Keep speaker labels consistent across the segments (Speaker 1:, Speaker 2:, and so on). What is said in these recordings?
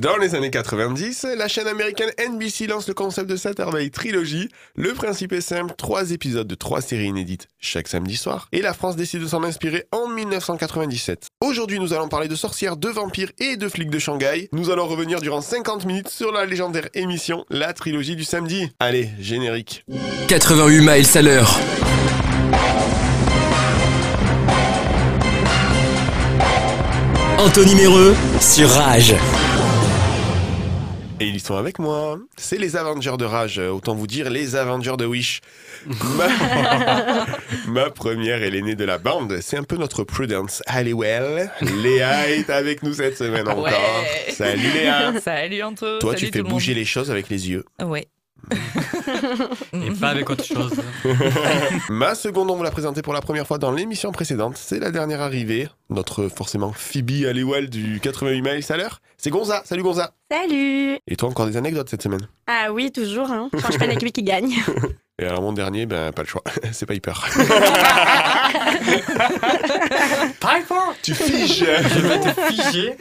Speaker 1: Dans les années 90, la chaîne américaine NBC lance le concept de Saturday Trilogy. Le principe est simple, trois épisodes de trois séries inédites chaque samedi soir. Et la France décide de s'en inspirer en 1997. Aujourd'hui, nous allons parler de sorcières, de vampires et de flics de Shanghai. Nous allons revenir durant 50 minutes sur la légendaire émission La Trilogie du samedi. Allez, générique.
Speaker 2: 88 miles à l'heure. Anthony Méreux sur Rage.
Speaker 1: Et ils sont avec moi. C'est les Avengers de Rage, euh, autant vous dire les Avengers de Wish. Ma... Ma première, elle est née de la bande. C'est un peu notre Prudence Halliwell. Léa est avec nous cette semaine encore.
Speaker 3: Ouais.
Speaker 1: Salut Léa.
Speaker 3: Salut Anto.
Speaker 1: Toi,
Speaker 3: salut
Speaker 1: tu fais
Speaker 3: tout le
Speaker 1: bouger les choses avec les yeux.
Speaker 3: monde. Ouais.
Speaker 4: Et pas avec autre chose.
Speaker 1: Ma seconde, on vous l'a présentée pour la première fois dans l'émission précédente. C'est la dernière arrivée. Notre forcément Phoebe Halliwell du 88 miles à l'heure. C'est Gonza. Salut Gonza.
Speaker 5: Salut
Speaker 1: Et toi, encore des anecdotes cette semaine
Speaker 5: Ah oui, toujours, hein. Change pas l'équipe qui gagne.
Speaker 1: Et alors mon dernier, ben pas le choix, c'est Piper.
Speaker 4: Piper
Speaker 1: tu figes
Speaker 4: Je vais te figer.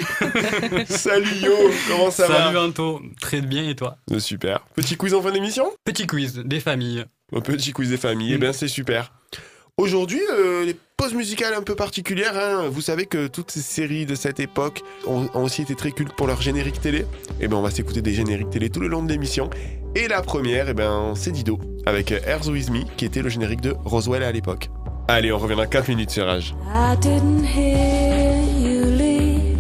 Speaker 1: Salut Yo, comment ça va
Speaker 4: Salut Anto, très bien et toi
Speaker 1: Euh, Super. Petit quiz en fin d'émission
Speaker 4: Petit quiz des familles.
Speaker 1: Un petit quiz des familles, eh
Speaker 4: Mm.
Speaker 1: bien c'est super. Aujourd'hui, euh, les pauses musicales un peu particulières. hein. Vous savez que toutes ces séries de cette époque ont, ont aussi été très cultes pour leur générique télé. Eh bien, on va s'écouter des génériques télé tout le long de l'émission. Et la première, eh ben, c'est Dido, avec Airs With Me, qui était le générique de Roswell à l'époque. Allez, on revient dans 4 minutes sur Rage.
Speaker 6: I didn't hear you leave.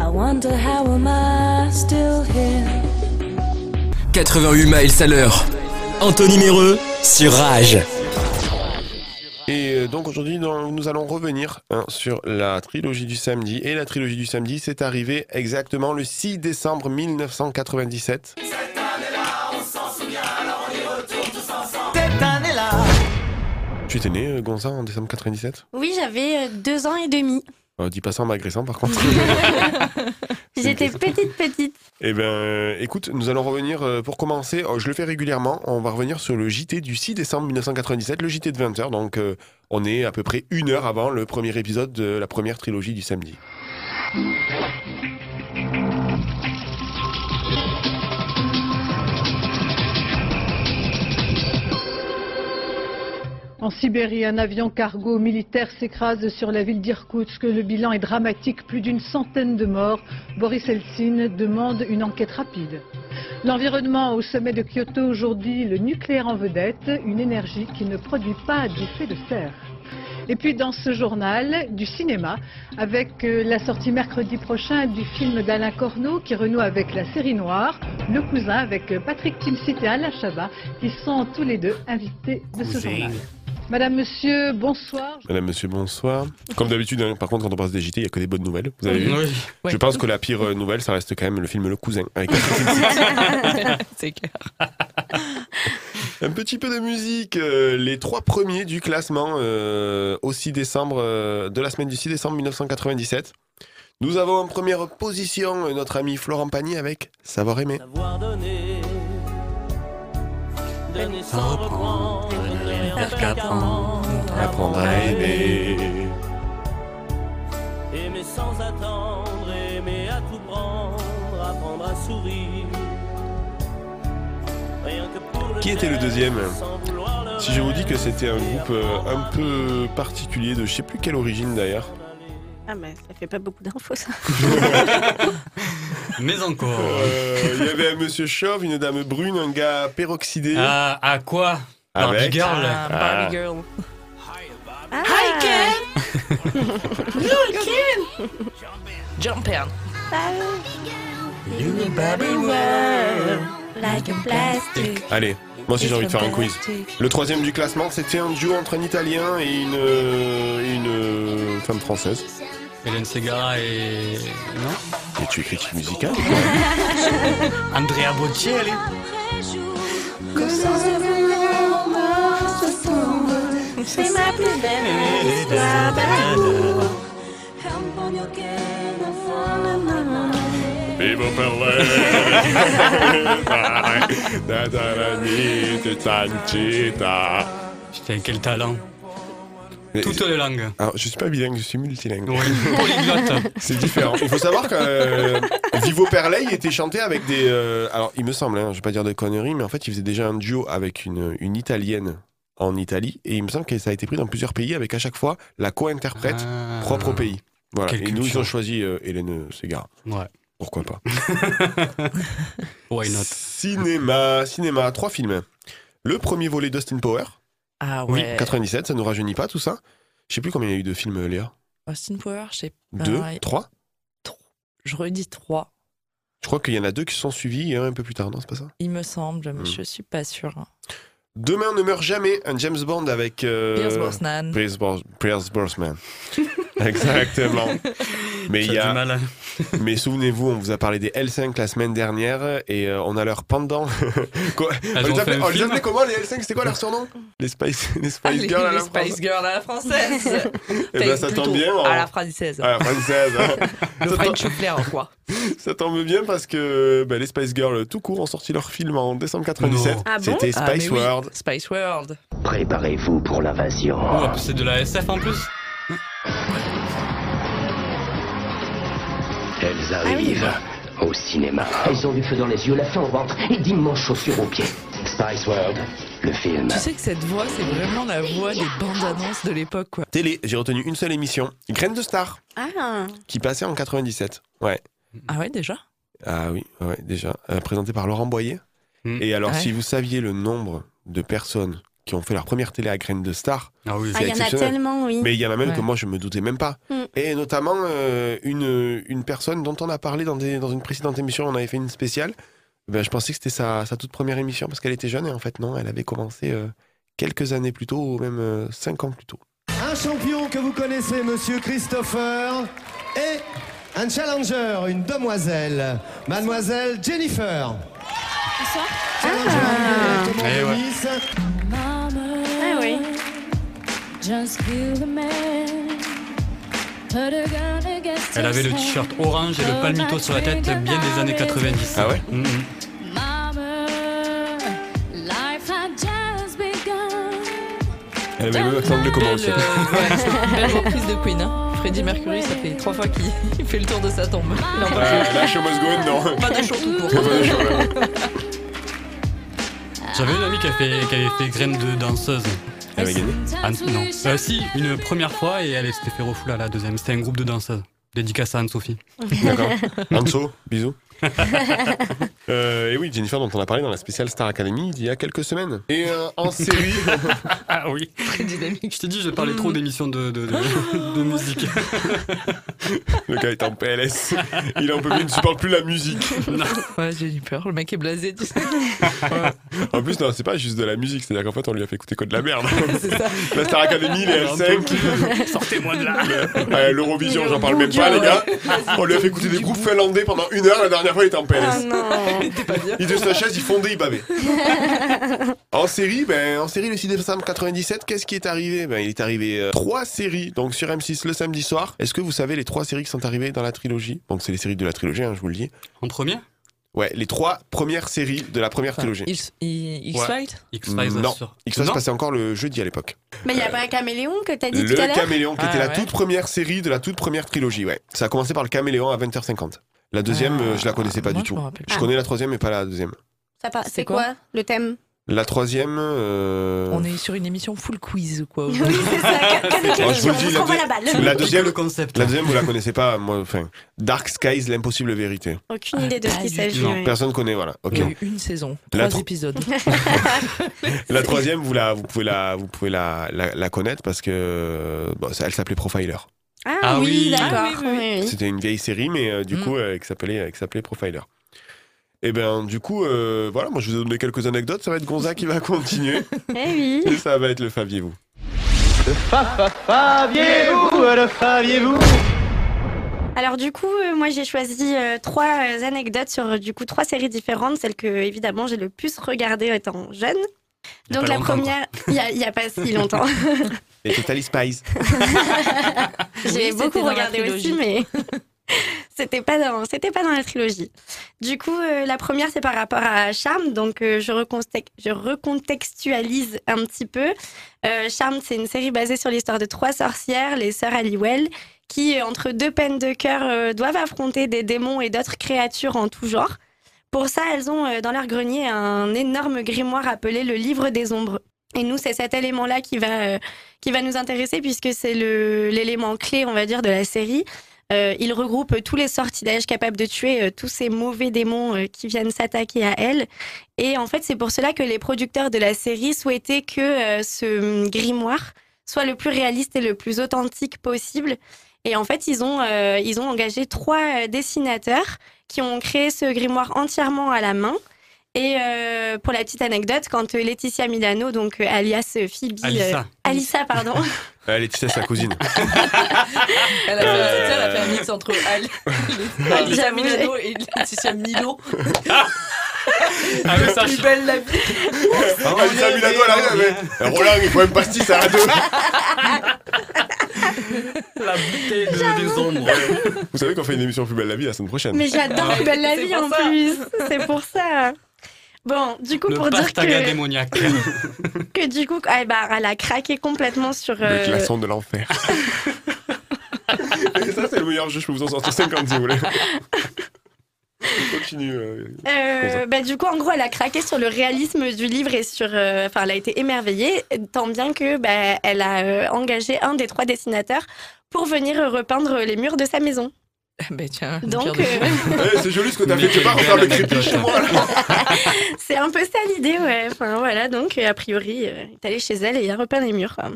Speaker 6: I wonder how am I still here?
Speaker 2: 88 miles à l'heure. Anthony Méreux sur Rage.
Speaker 1: Et euh, donc aujourd'hui, dans- nous allons revenir hein, sur la trilogie du samedi. Et la trilogie du samedi, c'est arrivé exactement le 6 décembre 1997. Tu étais né, euh, Gonza, en décembre 97
Speaker 5: Oui, j'avais euh, deux ans et demi.
Speaker 1: euh, Dis pas ça en m'agressant, par contre.
Speaker 5: J'étais petite, petite.
Speaker 1: Eh ben, écoute, nous allons revenir euh, pour commencer. euh, Je le fais régulièrement. On va revenir sur le JT du 6 décembre 1997, le JT de 20h. Donc, euh, on est à peu près une heure avant le premier épisode de la première trilogie du samedi.
Speaker 7: En Sibérie, un avion cargo militaire s'écrase sur la ville d'Irkoutsk. Le bilan est dramatique, plus d'une centaine de morts. Boris Eltsine demande une enquête rapide. L'environnement au sommet de Kyoto aujourd'hui, le nucléaire en vedette, une énergie qui ne produit pas d'effet de serre. Et puis dans ce journal, du cinéma, avec euh, la sortie mercredi prochain du film d'Alain Corneau qui renoue avec la série noire, Le Cousin avec euh, Patrick Timsit et Alain Chabat qui sont tous les deux invités de ce journal. Madame, monsieur, bonsoir.
Speaker 1: Madame, monsieur, bonsoir. Comme d'habitude, hein, par contre, quand on passe des JT, il n'y a que des bonnes nouvelles. Vous avez vu
Speaker 4: Oui.
Speaker 3: Ouais.
Speaker 1: Je pense que la pire euh, nouvelle, ça reste quand même le film Le Cousin. Avec
Speaker 3: C'est clair.
Speaker 1: un petit peu de musique. euh, les trois premiers du classement euh, au 6 décembre, euh, de la semaine du 6 décembre 1997. Nous avons en première position euh, notre ami Florent Pagny avec Savoir aimer.
Speaker 8: Savoir donner, donner
Speaker 2: Sans
Speaker 8: sans reprendre,
Speaker 2: rien
Speaker 8: ne rien
Speaker 2: faire
Speaker 8: faire
Speaker 2: qu'apprendre,
Speaker 8: qu'apprendre, aimer sans attendre, aimer à tout prendre, apprendre à sourire. Rien que pour
Speaker 1: Qui était le
Speaker 8: faire,
Speaker 1: deuxième
Speaker 8: sans vouloir le
Speaker 1: Si je vous dis
Speaker 8: rêve,
Speaker 1: que c'était un
Speaker 8: et
Speaker 1: groupe euh,
Speaker 8: apprendre
Speaker 1: un peu particulier, de je sais plus quelle origine d'ailleurs.
Speaker 8: à aller.
Speaker 5: Ah mais ça fait pas beaucoup d'infos ça.
Speaker 4: Mais encore.
Speaker 1: Euh, Il y avait un monsieur chauve, une dame brune, un gars peroxydé.
Speaker 4: Ah, à quoi Barbie
Speaker 1: Avec
Speaker 4: Girl.
Speaker 3: Ah, Barbie Girl.
Speaker 5: Ah,
Speaker 3: Jumpin.
Speaker 2: You and Barbie
Speaker 5: like a plastic.
Speaker 1: Allez, moi aussi j'ai envie de faire un quiz. Le troisième du classement, c'était un duo entre un Italien et une, euh, et une euh, femme française.
Speaker 4: Hélène Segara et. Non
Speaker 1: Et tu es critique musicale
Speaker 4: Andrea Bocelli.
Speaker 5: C'est ma plus belle histoire d'amour.
Speaker 1: Vivo per
Speaker 4: Putain, quel talent.
Speaker 1: Mais-
Speaker 4: Toutes les langues.
Speaker 1: Alors, ah, je suis pas bilingue, je suis multilingue.
Speaker 4: Oui. Polyglotte.
Speaker 1: C'est différent. Il faut savoir que euh, Vivo Perley était chanté avec des. euh, alors, il me semble, hein, je vais pas dire de conneries, mais en fait, il faisait déjà un duo avec une, une italienne en Italie. Et il me semble que ça a été pris dans plusieurs pays avec à chaque fois la co-interprète
Speaker 4: Ah.
Speaker 1: propre au pays. Voilà.
Speaker 4: Quelle
Speaker 1: Et nous, ils
Speaker 4: culture.
Speaker 1: ont choisi euh, Hélène Segar.
Speaker 4: Ouais.
Speaker 1: Pourquoi pas
Speaker 4: Why not
Speaker 1: Cinéma, cinéma, trois films. Le premier volet d'Austin Power,
Speaker 3: Ah
Speaker 1: oui,
Speaker 3: ouais.
Speaker 1: 97, ça nous rajeunit pas tout ça. Je sais plus combien il y a eu de films, euh, Léa.
Speaker 3: Austin Power, je sais pas.
Speaker 1: Deux,
Speaker 3: Bah Ouais.
Speaker 1: trois
Speaker 3: Je redis trois,
Speaker 1: Je crois qu'il y en a deux qui sont suivis et un un peu plus tard, non, c'est pas ça
Speaker 3: il me semble, mais
Speaker 1: Hmm.
Speaker 3: je suis pas sûre. hein.
Speaker 1: Demain ne meurt jamais, un James Bond avec. euh,
Speaker 3: Pierce Brosnan.
Speaker 1: Pierce Bros- Pierce Brosnan. Exactement. Mais, il
Speaker 4: J'ai
Speaker 1: y
Speaker 4: du
Speaker 1: a,
Speaker 4: mal.
Speaker 1: mais souvenez-vous, on vous a parlé des L5 la semaine dernière et euh, on a leur pendant. Quoi- on,
Speaker 4: Elles ont
Speaker 1: les
Speaker 4: fait
Speaker 1: appelait,
Speaker 4: un
Speaker 1: on les
Speaker 4: film.
Speaker 1: appelait comment les L5 C'était quoi leur surnom Les Spice, les Spice
Speaker 3: Ah, les-
Speaker 1: Girls à
Speaker 3: les
Speaker 1: la France.
Speaker 3: Spice Girl à la française.
Speaker 1: Eh ben, ça
Speaker 3: Plutôt
Speaker 1: tombe bien. on-
Speaker 3: À la française.
Speaker 1: à la française. hein.
Speaker 3: Le
Speaker 1: ça tombe-
Speaker 3: French flair, quoi.
Speaker 1: Ça tombe bien parce que bah, les Spice Girls tout court ont sorti leur film en décembre 97.
Speaker 4: Non.
Speaker 5: Ah bon
Speaker 1: C'était
Speaker 3: Ah, mais
Speaker 1: Spice
Speaker 3: oui,
Speaker 1: World.
Speaker 3: Spice World.
Speaker 9: Préparez-vous pour l'invasion.
Speaker 4: Oh, c'est de la SF en plus
Speaker 9: Elles arrivent au cinéma. Elles ont du feu dans les yeux, la faim au ventre et d'immenses chaussures aux pieds. Spice World, le film.
Speaker 3: Tu sais que cette voix, c'est vraiment la voix des bandes annonces de l'époque, quoi.
Speaker 1: Télé, j'ai retenu une seule émission. Graines de Star,
Speaker 5: Ah,
Speaker 1: qui passait en 97. Ouais.
Speaker 3: Ah ouais, déjà
Speaker 1: Ah oui, ouais, déjà. Euh, présenté par Laurent Boyer.
Speaker 4: Mm.
Speaker 1: Et alors,
Speaker 3: Ouais.
Speaker 1: si vous saviez le nombre de personnes qui ont fait leur première télé à Graines de Star,
Speaker 4: Ah oui.
Speaker 5: Ah, il y en a
Speaker 1: exceptionnel.
Speaker 5: tellement, oui.
Speaker 1: mais il y en a même
Speaker 3: Ouais. Hmm.
Speaker 1: que moi, je me doutais même pas.
Speaker 5: Mm.
Speaker 1: Et notamment, euh, une, une personne dont on a parlé dans, des- dans une précédente émission, on avait fait une spéciale. Ben, je pensais que c'était sa, sa toute première émission parce qu'elle était jeune et en fait, non, elle avait commencé euh, quelques années plus tôt, ou même euh, cinq ans plus tôt.
Speaker 10: Un champion que vous connaissez, monsieur Christopher, et un challenger, une demoiselle, mademoiselle Jennifer. Challenger,
Speaker 4: Eh
Speaker 10: directement de
Speaker 4: ouais.
Speaker 10: Nice.
Speaker 6: Mama,
Speaker 5: Ah oui.
Speaker 6: just kill the man. Put a gun against
Speaker 4: Elle avait le
Speaker 6: his
Speaker 4: t-shirt
Speaker 6: head.
Speaker 4: orange et le palmito sur la tête, bien des années 90.
Speaker 1: Ah ouais
Speaker 4: Mm, mm.
Speaker 6: Mama, life had just begun.
Speaker 1: Elle avait le accent de comment
Speaker 3: Belle,
Speaker 1: aussi.
Speaker 3: euh, ouais, belle reprise de Queen. hein. Freddie Mercury, ça fait trois fois qu'il il fait le tour de sa tombe. Il en peut plus.
Speaker 1: Euh, là, Show Must Go On, non.
Speaker 3: Pas de chant tout court.
Speaker 4: J'avais une amie qui, a fait- qui avait fait graine de danseuse.
Speaker 1: Elle avait gagné.
Speaker 4: Ah, non. Euh, si, une première fois et elle s'était fait refouler à la deuxième. C'était un groupe de danseuses. Dédicace à Anne-Sophie.
Speaker 1: D'accord. Anso, bisous. Euh, et oui, Jennifer, dont on a parlé dans la spéciale Star Academy il y a quelques semaines. Et euh, en série,
Speaker 4: Ah oui. Mm.
Speaker 3: Très dynamique.
Speaker 4: Je t'ai dit, je parlais trop d'émissions de, de, de- de musique.
Speaker 1: le gars est en PLS. Il en peut plus, il ne supporte plus la musique.
Speaker 3: Ouais, j'ai eu peur. Le mec est blasé, tu sais.
Speaker 1: En plus, non, c'est pas juste de la musique, c'est-à-dire qu'en fait, on lui a fait écouter que de la merde.
Speaker 3: C'est ça.
Speaker 1: La Star Academy, les
Speaker 4: Un peu.
Speaker 1: L5.
Speaker 4: Sortez-moi de là.
Speaker 1: euh, L'Eurovision, j'en parle même pas, les gars. On lui a fait écouter des groupes finlandais pendant une heure. La dernière fois, il était en PLS.
Speaker 5: Ah non.
Speaker 3: T'es pas bien.
Speaker 1: Il était sur sa chaise, il fondait, il bavait. en série, ben, en série, le 6 décembre 97, qu'est-ce qui est arrivé ben, Il est arrivé euh, trois séries, donc sur M6 le samedi soir. Est-ce que vous savez les trois séries qui sont arrivées dans la trilogie Donc c'est les séries de la trilogie, hein, je vous le dis.
Speaker 4: En premier
Speaker 1: Ouais, les trois premières séries de la première trilogie.
Speaker 3: X- I-
Speaker 4: Ouais.
Speaker 3: X-Fight
Speaker 4: X-Files,
Speaker 1: Non.
Speaker 4: sûr.
Speaker 1: X-Files
Speaker 4: Non
Speaker 1: passait encore le jeudi à l'époque.
Speaker 5: Mais il n'y a pas un caméléon que t'as dit tout à
Speaker 1: Le
Speaker 5: l'heure
Speaker 1: Caméléon, qui
Speaker 3: Ah,
Speaker 1: était la
Speaker 3: ouais.
Speaker 1: toute première série de la toute première trilogie, ouais. Ça a commencé par le Caméléon à 20h50. La deuxième,
Speaker 3: Ah,
Speaker 1: euh, je la connaissais pas
Speaker 3: moi,
Speaker 1: du
Speaker 3: je
Speaker 1: tout.
Speaker 3: me rappelle
Speaker 1: Je
Speaker 3: pas.
Speaker 1: connais la troisième, mais pas la deuxième.
Speaker 5: Ça part-
Speaker 3: C'est
Speaker 5: C'est
Speaker 3: quoi
Speaker 5: quoi, le thème
Speaker 1: La troisième. euh,
Speaker 3: On est sur une émission full quiz, quoi.
Speaker 5: Oui, c'est ça, ca-
Speaker 1: Moi, je
Speaker 5: caméléon,
Speaker 1: vous le dis,
Speaker 5: on se
Speaker 1: la
Speaker 5: renvoie
Speaker 1: deux-
Speaker 5: la balle.
Speaker 1: la deuxième,
Speaker 4: le concept.
Speaker 1: La deuxième, vous la connaissez pas, moi, enfin. Dark Skies, l'impossible vérité.
Speaker 5: Aucune idée de ce qu'il s'agit.
Speaker 4: Non,
Speaker 5: ouais.
Speaker 1: Personne connaît, voilà. Ok.
Speaker 3: Il y a eu une saison,
Speaker 1: La
Speaker 3: trois
Speaker 1: tro-
Speaker 3: épisodes.
Speaker 1: La troisième, vous la, vous pouvez la, vous pouvez la, la, la connaître parce que bon, ça- elle s'appelait Profiler.
Speaker 5: Ah,
Speaker 4: Ah
Speaker 5: oui,
Speaker 4: oui.
Speaker 5: d'accord.
Speaker 3: Ah oui, oui,
Speaker 5: oui, oui.
Speaker 1: C'était une vieille série, mais euh, du
Speaker 3: Mm.
Speaker 1: coup, euh, qui s'appelait, euh, qui s'appelait Profiler. Et ben, du coup, euh, voilà, moi, je vous ai donné quelques anecdotes. Ça va être Gonza qui va continuer
Speaker 5: Eh oui.
Speaker 1: et ça va être le Faviez-vous.
Speaker 10: Faviez-vous, le faviez-vous
Speaker 5: Alors du coup, euh, moi j'ai choisi euh, trois euh, anecdotes sur euh, du coup trois séries différentes, celles que évidemment j'ai le plus regardées étant jeune.
Speaker 4: Il y a
Speaker 5: Donc
Speaker 4: pas
Speaker 5: la
Speaker 4: longtemps,
Speaker 5: première, il y a, il y a pas si longtemps.
Speaker 1: Et Totally Spies.
Speaker 5: j'ai
Speaker 3: Oui, c'était
Speaker 5: beaucoup
Speaker 3: dans la
Speaker 5: regardé aussi,
Speaker 3: trilogie.
Speaker 5: mais C'était pas dans, c'était pas dans la trilogie. Du coup, euh, la première, c'est par rapport à Charme. Donc, euh, je, reconstec- je recontextualise un petit peu. Euh, Charme, c'est une série basée sur l'histoire de trois sorcières, les sœurs Halliwell, qui, euh, entre deux peines de cœur, euh, doivent affronter des démons et d'autres créatures en tout genre. Pour ça, elles ont euh, dans leur grenier un énorme grimoire appelé le Livre des Ombres. Et nous, c'est cet élément-là qui va, euh, qui va nous intéresser puisque c'est le- l'élément clé, on va dire, de la série. Euh, il regroupe tous les sortilèges capables de tuer euh, tous ces mauvais démons euh, qui viennent s'attaquer à elle. Et en fait, c'est pour cela que les producteurs de la série souhaitaient que euh, ce hum, grimoire soit le plus réaliste et le plus authentique possible. Et en fait, ils ont, euh, ils ont engagé trois euh, dessinateurs qui ont créé ce grimoire entièrement à la main. Et euh, pour la petite anecdote, quand euh, Laetitia Milano, donc euh, alias euh, Phoebe,
Speaker 1: Alissa.
Speaker 5: euh, Alissa pardon,
Speaker 1: Elle est sa cousine.
Speaker 3: Elle a fait,
Speaker 4: Euh.
Speaker 3: un- tiens, elle a fait un mix entre Ali, Laetitia
Speaker 5: J'avoue,
Speaker 3: Milano et Laetitia Milo.
Speaker 4: Ah, mais ça,
Speaker 3: Plus belle la vie.
Speaker 1: Ah, elle s'est mis la hein, doigt, elle arrive, elle fait, Roland, il faut un pastis à deux.
Speaker 4: la beauté de- des ombres.
Speaker 1: Vous savez qu'on fait une émission plus belle la vie la semaine prochaine.
Speaker 5: Mais j'adore Plus Belle la
Speaker 3: C'est
Speaker 5: Vie
Speaker 3: pour
Speaker 5: en
Speaker 3: ça.
Speaker 5: plus. C'est pour ça. Bon, du coup,
Speaker 4: Le
Speaker 5: pour dire
Speaker 4: pastaga
Speaker 5: que,
Speaker 4: démoniaque.
Speaker 5: que du coup, ah, bah, elle a craqué complètement sur.
Speaker 1: Le
Speaker 5: euh,
Speaker 1: glaçon de l'enfer. Et ça, c'est le meilleur jeu. Je peux vous en sortir 50 si vous voulez. On Continue. euh.
Speaker 5: euh, bah, du coup, en gros, elle a craqué sur le réalisme du livre et sur. euh, Enfin, elle a été émerveillée, tant bien que bah, elle a euh, engagé un des trois dessinateurs pour venir euh, repeindre les murs de sa maison.
Speaker 3: Ben tiens, le pire
Speaker 5: Donc,
Speaker 3: des
Speaker 5: euh,
Speaker 1: Eh, c'est joli ce que t'as
Speaker 4: Mais
Speaker 1: fait. Tu
Speaker 4: quelle
Speaker 1: pars faire
Speaker 4: belle
Speaker 1: le crépi
Speaker 4: anecdote.
Speaker 1: chez moi. là.
Speaker 5: c'est un peu ça l'idée, ouais. Enfin, voilà, donc, euh, a priori, euh, elle est allée chez elle et elle a repeint les murs, quoi.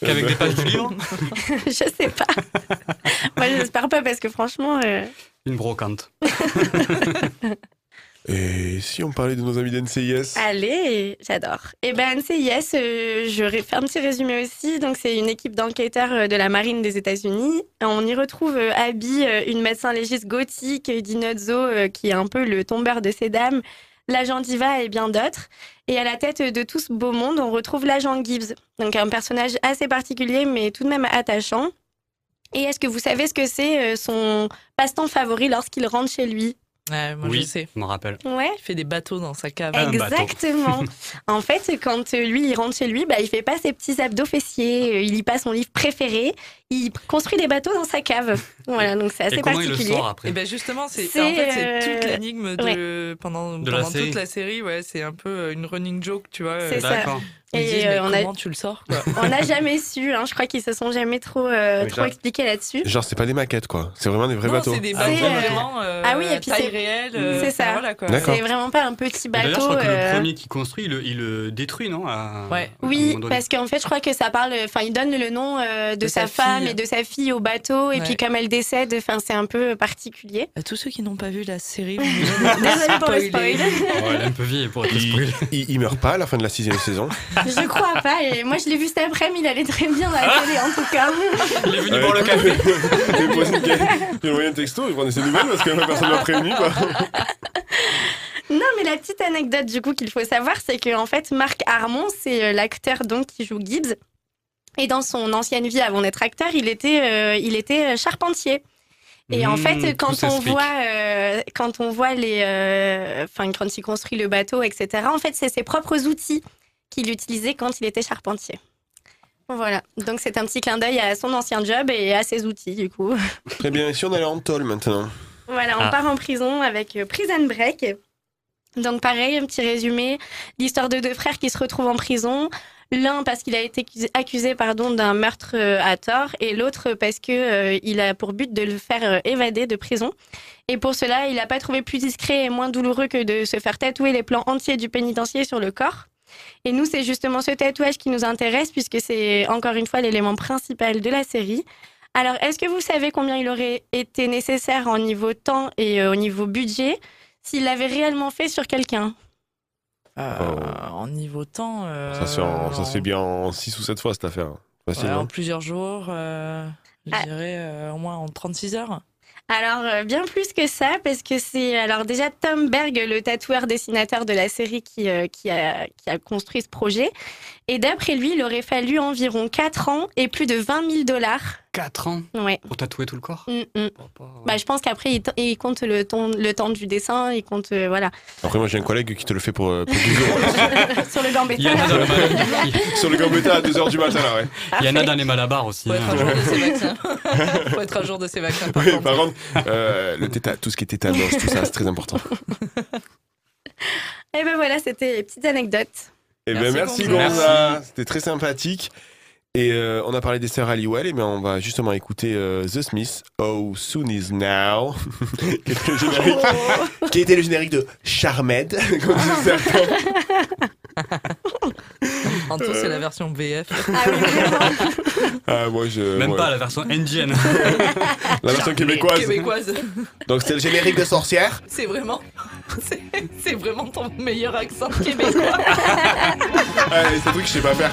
Speaker 4: Qu'avec des pages du livre
Speaker 5: je sais pas. Moi, j'espère pas, parce que franchement. euh,
Speaker 4: Une brocante.
Speaker 1: Et si on parlait de nos amis d'NCIS
Speaker 5: Ah Allez, j'adore. Et ben NCIS, euh, je ré- fais un petit résumé aussi. Donc c'est une équipe d'enquêteurs euh, de la marine des États-Unis. On y retrouve euh, Abby, euh, une médecin légiste gothique, euh, Dinozzo euh, qui est un peu le tombeur de ces dames, l'agent Diva et bien d'autres. Et à la tête de tout ce beau monde, on retrouve l'agent Gibbs. Donc un personnage assez particulier mais tout de même attachant. Et est-ce que vous savez ce que c'est euh, son passe-temps favori lorsqu'il rentre chez lui
Speaker 3: Ouais, moi
Speaker 4: oui,
Speaker 3: je sais.
Speaker 4: je me rappelle.
Speaker 5: Ouais.
Speaker 3: Il fait des bateaux dans sa cave.
Speaker 4: Ah, un bateau.
Speaker 5: Exactement. en fait, quand euh, lui, il rentre chez lui, bah, il fait pas ses petits abdos fessiers, euh, il lit pas son livre préféré, il construit des bateaux dans sa cave. Voilà, donc c'est assez
Speaker 4: Et comment il le
Speaker 5: particulier.
Speaker 4: sort
Speaker 3: Et
Speaker 4: après
Speaker 3: ben justement, c'est
Speaker 5: C'est,
Speaker 3: en fait c'est
Speaker 5: euh,
Speaker 3: toute l'énigme de pendant,
Speaker 4: De la
Speaker 3: pendant
Speaker 4: série.
Speaker 3: toute la série, ouais, c'est un peu euh, une running joke, tu vois. euh,
Speaker 5: C'est Eh ben, ça.
Speaker 4: D'accord.
Speaker 3: Ils disent,
Speaker 5: Et
Speaker 3: mais
Speaker 5: euh, on,
Speaker 3: comment
Speaker 5: a,
Speaker 3: tu le sors quoi
Speaker 5: on a jamais su, hein, je crois qu'ils se sont jamais trop, euh,
Speaker 1: Oui,
Speaker 5: trop
Speaker 1: ça.
Speaker 5: expliqués là-dessus.
Speaker 1: Genre, c'est pas des maquettes quoi. C'est vraiment des vrais
Speaker 3: Non,
Speaker 1: bateaux.
Speaker 3: c'est des
Speaker 4: Ah,
Speaker 3: bateaux
Speaker 5: c'est, euh,
Speaker 3: vraiment euh,
Speaker 5: ah oui, et puis
Speaker 3: taille
Speaker 5: c'est-
Speaker 3: réelle. euh,
Speaker 5: c'est ça.
Speaker 3: Voilà, quoi.
Speaker 1: D'accord.
Speaker 5: C'est vraiment pas un petit
Speaker 4: Et D'ailleurs, je
Speaker 5: bateau.
Speaker 4: crois que
Speaker 5: euh,
Speaker 4: le premier qui construit, il le, il le détruit, non à-
Speaker 3: Ouais.
Speaker 4: à un
Speaker 5: Oui,
Speaker 4: moment donné.
Speaker 5: parce qu'en fait, je crois que ça parle. Enfin, il donne le nom euh, de,
Speaker 3: De
Speaker 5: sa,
Speaker 3: sa
Speaker 5: femme
Speaker 3: fille.
Speaker 5: et de sa fille au bateau, et
Speaker 3: Ouais.
Speaker 5: puis comme elle décède, enfin, c'est un peu particulier.
Speaker 3: À Euh, tous ceux qui n'ont pas vu la série,
Speaker 5: Désolée pour le spoil.
Speaker 4: Ouais, elle est un peu vieille pour être spoilée.
Speaker 1: Il, il, il meurt pas à la fin de la sixième saison.
Speaker 5: Je crois pas. Et moi, je l'ai vu cet après-midi. Il allait très bien à la télé, en tout cas.
Speaker 4: Il est
Speaker 1: Euh,
Speaker 4: venu boire le café.
Speaker 1: J'ai posé une question. J'ai envoyé un texto, je prenais ses nouvelles parce que personne m'a prévenu. quoi.
Speaker 5: Non, mais la petite anecdote du coup qu'il faut savoir, c'est que en fait, Marc Harmon, c'est euh, l'acteur donc qui joue Gibbs. Et dans son ancienne vie, avant d'être acteur, il était, euh, il était euh, charpentier. Et en
Speaker 4: Mmh,
Speaker 5: fait,
Speaker 4: tout
Speaker 5: quand on
Speaker 4: s'explique.
Speaker 5: voit, euh, quand on voit les, euh, enfin, quand il construit le bateau, etc. En fait, c'est ses propres outils qu'il utilisait quand il était charpentier. Voilà. Donc c'est un petit clin d'œil à son ancien job et à ses outils du coup.
Speaker 1: Très bien, et si on allait en tôle maintenant
Speaker 5: Voilà, on
Speaker 4: Ah.
Speaker 5: part en prison avec euh, Prison Break. Donc pareil, un petit résumé, l'histoire de deux frères qui se retrouvent en prison, l'un parce qu'il a été accusé, accusé, pardon d'un meurtre euh, à tort et l'autre parce que euh, il a pour but de le faire euh, évader de prison. Et pour cela, il n'a pas trouvé plus discret et moins douloureux que de se faire tatouer les plans entiers du pénitencier sur le corps. Et nous, c'est justement ce tatouage qui nous intéresse puisque c'est encore une fois l'élément principal de la série. Alors, est-ce que vous savez combien il aurait été nécessaire en niveau temps et euh, au niveau budget s'il l'avait réellement fait sur quelqu'un
Speaker 1: Oh.
Speaker 3: Euh, En niveau temps. euh,
Speaker 1: Ça se fait, en- ça se
Speaker 3: en-
Speaker 1: fait bien en 6 ou 7 fois cette affaire.
Speaker 4: Bah,
Speaker 3: ouais,
Speaker 1: Facilement.
Speaker 3: en plusieurs jours, euh, je
Speaker 5: Ah.
Speaker 3: dirais euh, au moins en 36 heures.
Speaker 5: Alors, euh, bien plus que ça, parce que c'est alors déjà Tom Berg, le tatoueur dessinateur de la série qui, euh, qui, a, qui a construit ce projet. Et d'après lui, il aurait fallu environ 4 ans et plus de 20 000 dollars.
Speaker 4: 4 ans
Speaker 5: Ouais.
Speaker 4: pour tatouer tout le corps.
Speaker 5: Mm, mm. Bah, je pense qu'après, il, t- il compte le temps, le temps du dessin, il compte. euh, voilà.
Speaker 1: Après, moi, j'ai un collègue qui te le fait pour, euh, pour 12 euros.
Speaker 5: Sur le
Speaker 4: Il y en
Speaker 5: gambetta.
Speaker 4: a dans, les Malabar-
Speaker 1: Sur le gambetta à 2h du matin, là, ouais.
Speaker 4: il y en a dans les Malabar aussi.
Speaker 3: Faut être à jour
Speaker 4: hein.
Speaker 3: de ses vaccins. Faut être à jour de ses vaccins. Par
Speaker 1: Oui,
Speaker 3: contre.
Speaker 1: par contre, euh, le téta- tout ce qui est tétanos, tout ça, c'est très important.
Speaker 5: Et ben voilà, c'était les petites anecdotes.
Speaker 1: Eh bien, merci,
Speaker 3: Merci,
Speaker 1: Gonza.
Speaker 3: Gonza.
Speaker 1: C'était très sympathique. Et euh, on a parlé des sœurs Halliwell, et bien on va justement écouter euh, The Smith, Oh Soon Is Now, qui, était le générique- qui était le générique de Charmed, comme disent certains.
Speaker 3: En tout, c'est la version BF.
Speaker 5: Ah oui, vraiment.
Speaker 1: Ah, moi, je,
Speaker 4: Même
Speaker 1: moi,
Speaker 4: pas la version NGN.
Speaker 1: la version québécoise.
Speaker 3: Québécoise.
Speaker 1: Donc c'était le générique de Sorcière.
Speaker 3: C'est vraiment. C'est c'est vraiment ton meilleur accent québécois.
Speaker 1: Allez, c'est un truc que je sais pas faire.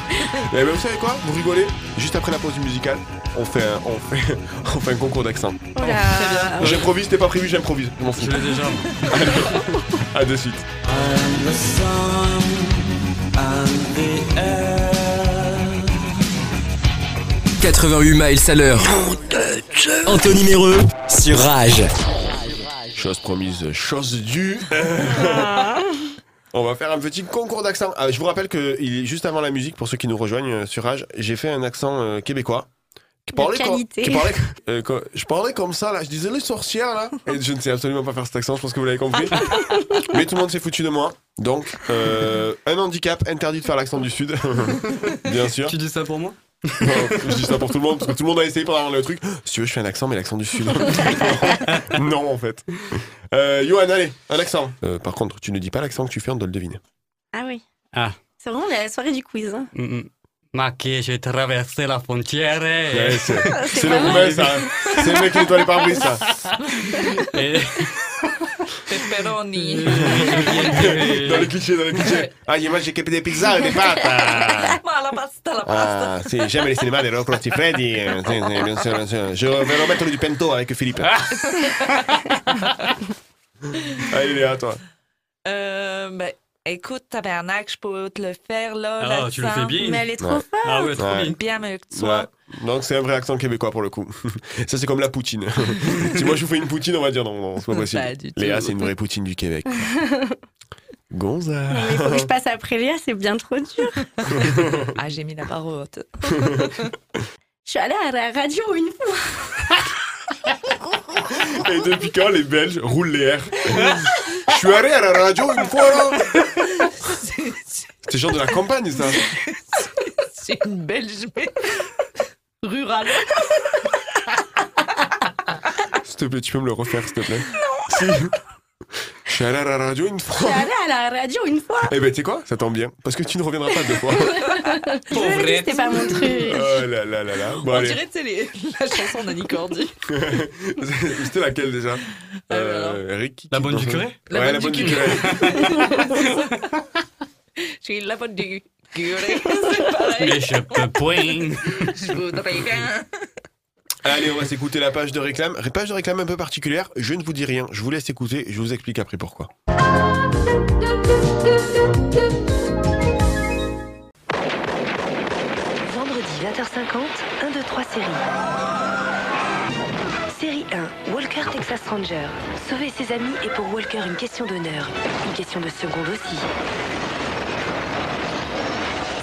Speaker 1: Et ben, vous savez quoi Vous rigolez Juste après la pause musicale, on fait un, on fait, on fait un concours d'accent.
Speaker 5: Oh là.
Speaker 1: J'improvise, c'était pas prévu, j'improvise. Je m'en fous.
Speaker 4: Ah Je l'ai déjà.
Speaker 1: À de suite.
Speaker 8: And the sun and the air.
Speaker 2: 88 miles à l'heure. Anthony Méreux sur Rage.
Speaker 1: Chose promise, chose due. On va faire un petit concours d'accent. Ah, je vous rappelle que il est juste avant la musique, pour ceux qui nous rejoignent euh, sur Rage, j'ai fait un accent euh, québécois. Qui
Speaker 5: De
Speaker 1: comme-
Speaker 5: qualité.
Speaker 1: qui parlait- euh, co- je parlais comme ça, là. Je disais les sorcières, là. Et je ne sais absolument pas faire cet accent, je pense que vous l'avez compris. Mais tout le monde s'est foutu de moi. Donc, euh, un handicap, interdit de faire l'accent du Sud. Bien sûr.
Speaker 4: Tu dis ça pour moi
Speaker 1: Non, je dis ça pour tout le monde, parce que tout le monde a essayé pour avoir le truc. Si tu veux, je fais un accent, mais l'accent du sud. non, en fait. Euh, Johan, allez, un accent. Euh, par contre, tu ne dis pas l'accent que tu fais, on doit le deviner.
Speaker 5: Ah oui.
Speaker 4: Ah.
Speaker 5: C'est vraiment la soirée du quiz. hein.
Speaker 4: Mm, mm. Maquis, j'ai traversé la frontière.
Speaker 1: Ouais,
Speaker 4: Et...
Speaker 1: c'est c'est
Speaker 5: pas
Speaker 1: le
Speaker 5: mal.
Speaker 1: roumain, ça. C'est le mec qui nettoie les pare-brises, ça.
Speaker 4: et-
Speaker 3: Pepperoni.
Speaker 1: Dans les clichés, dans les clichés. Ah, il mange j'ai capé des pizzas et des pâtes. Ah.
Speaker 3: Ah, la pasta, la pasta.
Speaker 1: Ah, si, j'aime les cinémas des Rocrotti Freddy. Euh, si, si, bien sûr, bien sûr. Je vais remettre du pento avec Philippe. Allez, Léa, toi.
Speaker 3: Euh, bah, écoute, tabarnak, je peux te le faire là.
Speaker 4: Ah, tu le
Speaker 3: l'accent.
Speaker 4: fais bien.
Speaker 5: Mais elle est trop
Speaker 1: Ouais.
Speaker 5: forte.
Speaker 4: Ah ouais, trop
Speaker 1: Ouais.
Speaker 4: bien.
Speaker 3: Bien mieux que
Speaker 1: Ouais.
Speaker 3: toi.
Speaker 1: Donc c'est un vrai accent québécois pour le coup. Ça c'est comme la poutine. si moi je vous fais une poutine, on va dire non, non, c'est pas
Speaker 3: Pas
Speaker 1: possible.
Speaker 3: du tout.
Speaker 1: Léa, c'est une vraie poutine du Québec. Gonza.
Speaker 5: Non, mais faut que je passe après Léa, c'est bien trop dur.
Speaker 3: Ah, j'ai mis la barre haute.
Speaker 5: Je suis allée à la radio une fois.
Speaker 1: Et depuis quand les Belges roulent les airs Je suis allé à la radio une fois là.
Speaker 3: C'est- c'est-
Speaker 1: C'est genre de la campagne ça.
Speaker 3: C'est une belge, mais rurale.
Speaker 1: S'il te plaît, tu peux me le refaire s'il te plaît. Si. Je suis allé à la radio une
Speaker 5: Je
Speaker 1: fois.
Speaker 5: suis allée à la radio une fois.
Speaker 1: Eh ben tu sais quoi Ça tombe bien parce que tu ne reviendras pas deux fois.
Speaker 5: Je vous avais dit que
Speaker 3: Pauvrette.
Speaker 5: C'était pas mon truc.
Speaker 1: Oh là là là là. Bon
Speaker 3: On
Speaker 1: allez.
Speaker 3: dirait, tu sais, les- la chanson d'Annie Cordy.
Speaker 1: C'était laquelle déjà
Speaker 3: Ah,
Speaker 1: Euh, Eric qui-
Speaker 4: La bonne du curé
Speaker 1: Ouais, la, bonne du curé.
Speaker 3: Je suis la bonne du curé. C'est pareil.
Speaker 4: Mais je peux point.
Speaker 3: Je voudrais bien.
Speaker 1: Allez, on va s'écouter la page de réclame. Page de réclame un peu particulière, je ne vous dis rien, je vous laisse écouter, je vous explique après pourquoi.
Speaker 11: Vendredi 20h50, 1, 2, 3 séries. Série 1, Walker Texas Ranger. Sauver ses amis et pour Walker une question d'honneur. Une question de seconde aussi.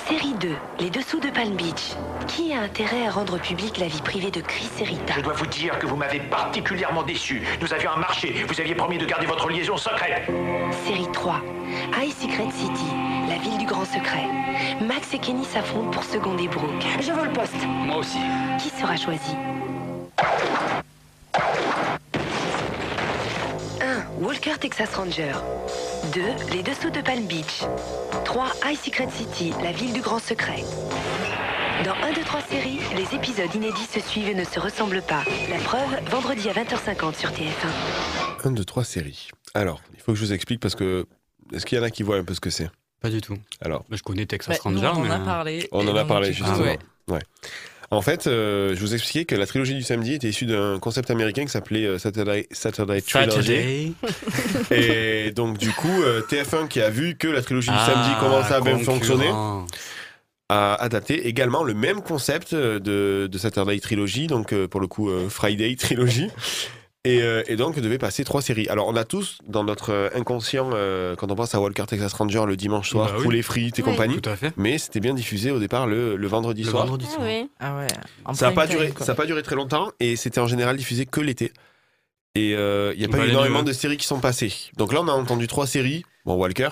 Speaker 11: Série 2, Les dessous de Palm Beach. Qui a intérêt à rendre publique la vie privée de Chris et Rita
Speaker 9: Je dois vous dire que vous m'avez particulièrement déçu. Nous avions un marché. Vous aviez promis de garder votre liaison secrète.
Speaker 11: Série 3, High Secret City. La ville du grand secret. Max et Kenny s'affrontent pour seconder Brooke. Je veux le poste.
Speaker 9: Moi aussi.
Speaker 11: Qui sera choisi 1. Walker Texas Ranger. 2. Les dessous de Palm Beach. 3. High Secret City, la ville du grand secret. Dans 1, 2, 3 séries, les épisodes inédits se suivent et ne se ressemblent pas. La preuve, vendredi à 20h50 sur TF1.
Speaker 1: 1, 2, 3 séries. Alors, il faut que je vous explique parce que. Est-ce qu'il y en a qui voient un peu ce que c'est
Speaker 4: Pas du tout.
Speaker 1: Alors,
Speaker 4: Bah, Je connais Texas
Speaker 3: Bah, nous,
Speaker 4: Ranger,
Speaker 3: on en
Speaker 4: mais. euh,
Speaker 3: a parlé.
Speaker 1: on
Speaker 3: Et
Speaker 1: en a
Speaker 3: donc,
Speaker 1: parlé
Speaker 3: du coup,
Speaker 1: justement.
Speaker 4: Ah
Speaker 3: ouais.
Speaker 1: Ouais. En fait, euh, je vous expliquais que la trilogie du samedi était issue d'un concept américain qui s'appelait euh, Saturday, Saturday Trilogy.
Speaker 4: Saturday.
Speaker 1: Et donc, du coup, euh, TF1 qui a vu que la trilogie du
Speaker 4: Ah,
Speaker 1: samedi commençait à bien fonctionner.
Speaker 4: concurrent.
Speaker 1: a adapté également le même concept euh, de, de Saturday Trilogy, donc euh, pour le coup euh, Friday Trilogy. Et, euh, et donc devait passer trois séries. Alors on a tous dans notre euh, inconscient euh, quand on pense à Walker Texas Ranger le dimanche soir,
Speaker 4: Bah oui.
Speaker 1: poulet frites et
Speaker 4: Oui.
Speaker 1: compagnie.
Speaker 4: Tout à fait.
Speaker 1: Mais c'était bien diffusé au départ le, le vendredi
Speaker 4: Le
Speaker 1: soir.
Speaker 4: vendredi
Speaker 5: Ah ouais.
Speaker 3: Ah ouais. en
Speaker 1: Ça n'a
Speaker 3: prime
Speaker 1: pas
Speaker 3: time,
Speaker 1: duré,
Speaker 3: quoi.
Speaker 1: ça a pas duré très longtemps et c'était en général diffusé que l'été. Et euh, il n'y a pas
Speaker 4: Bah,
Speaker 1: eu
Speaker 4: les
Speaker 1: énormément
Speaker 4: deux.
Speaker 1: de séries qui sont passées. Donc là, on a entendu trois séries. Bon, Walker.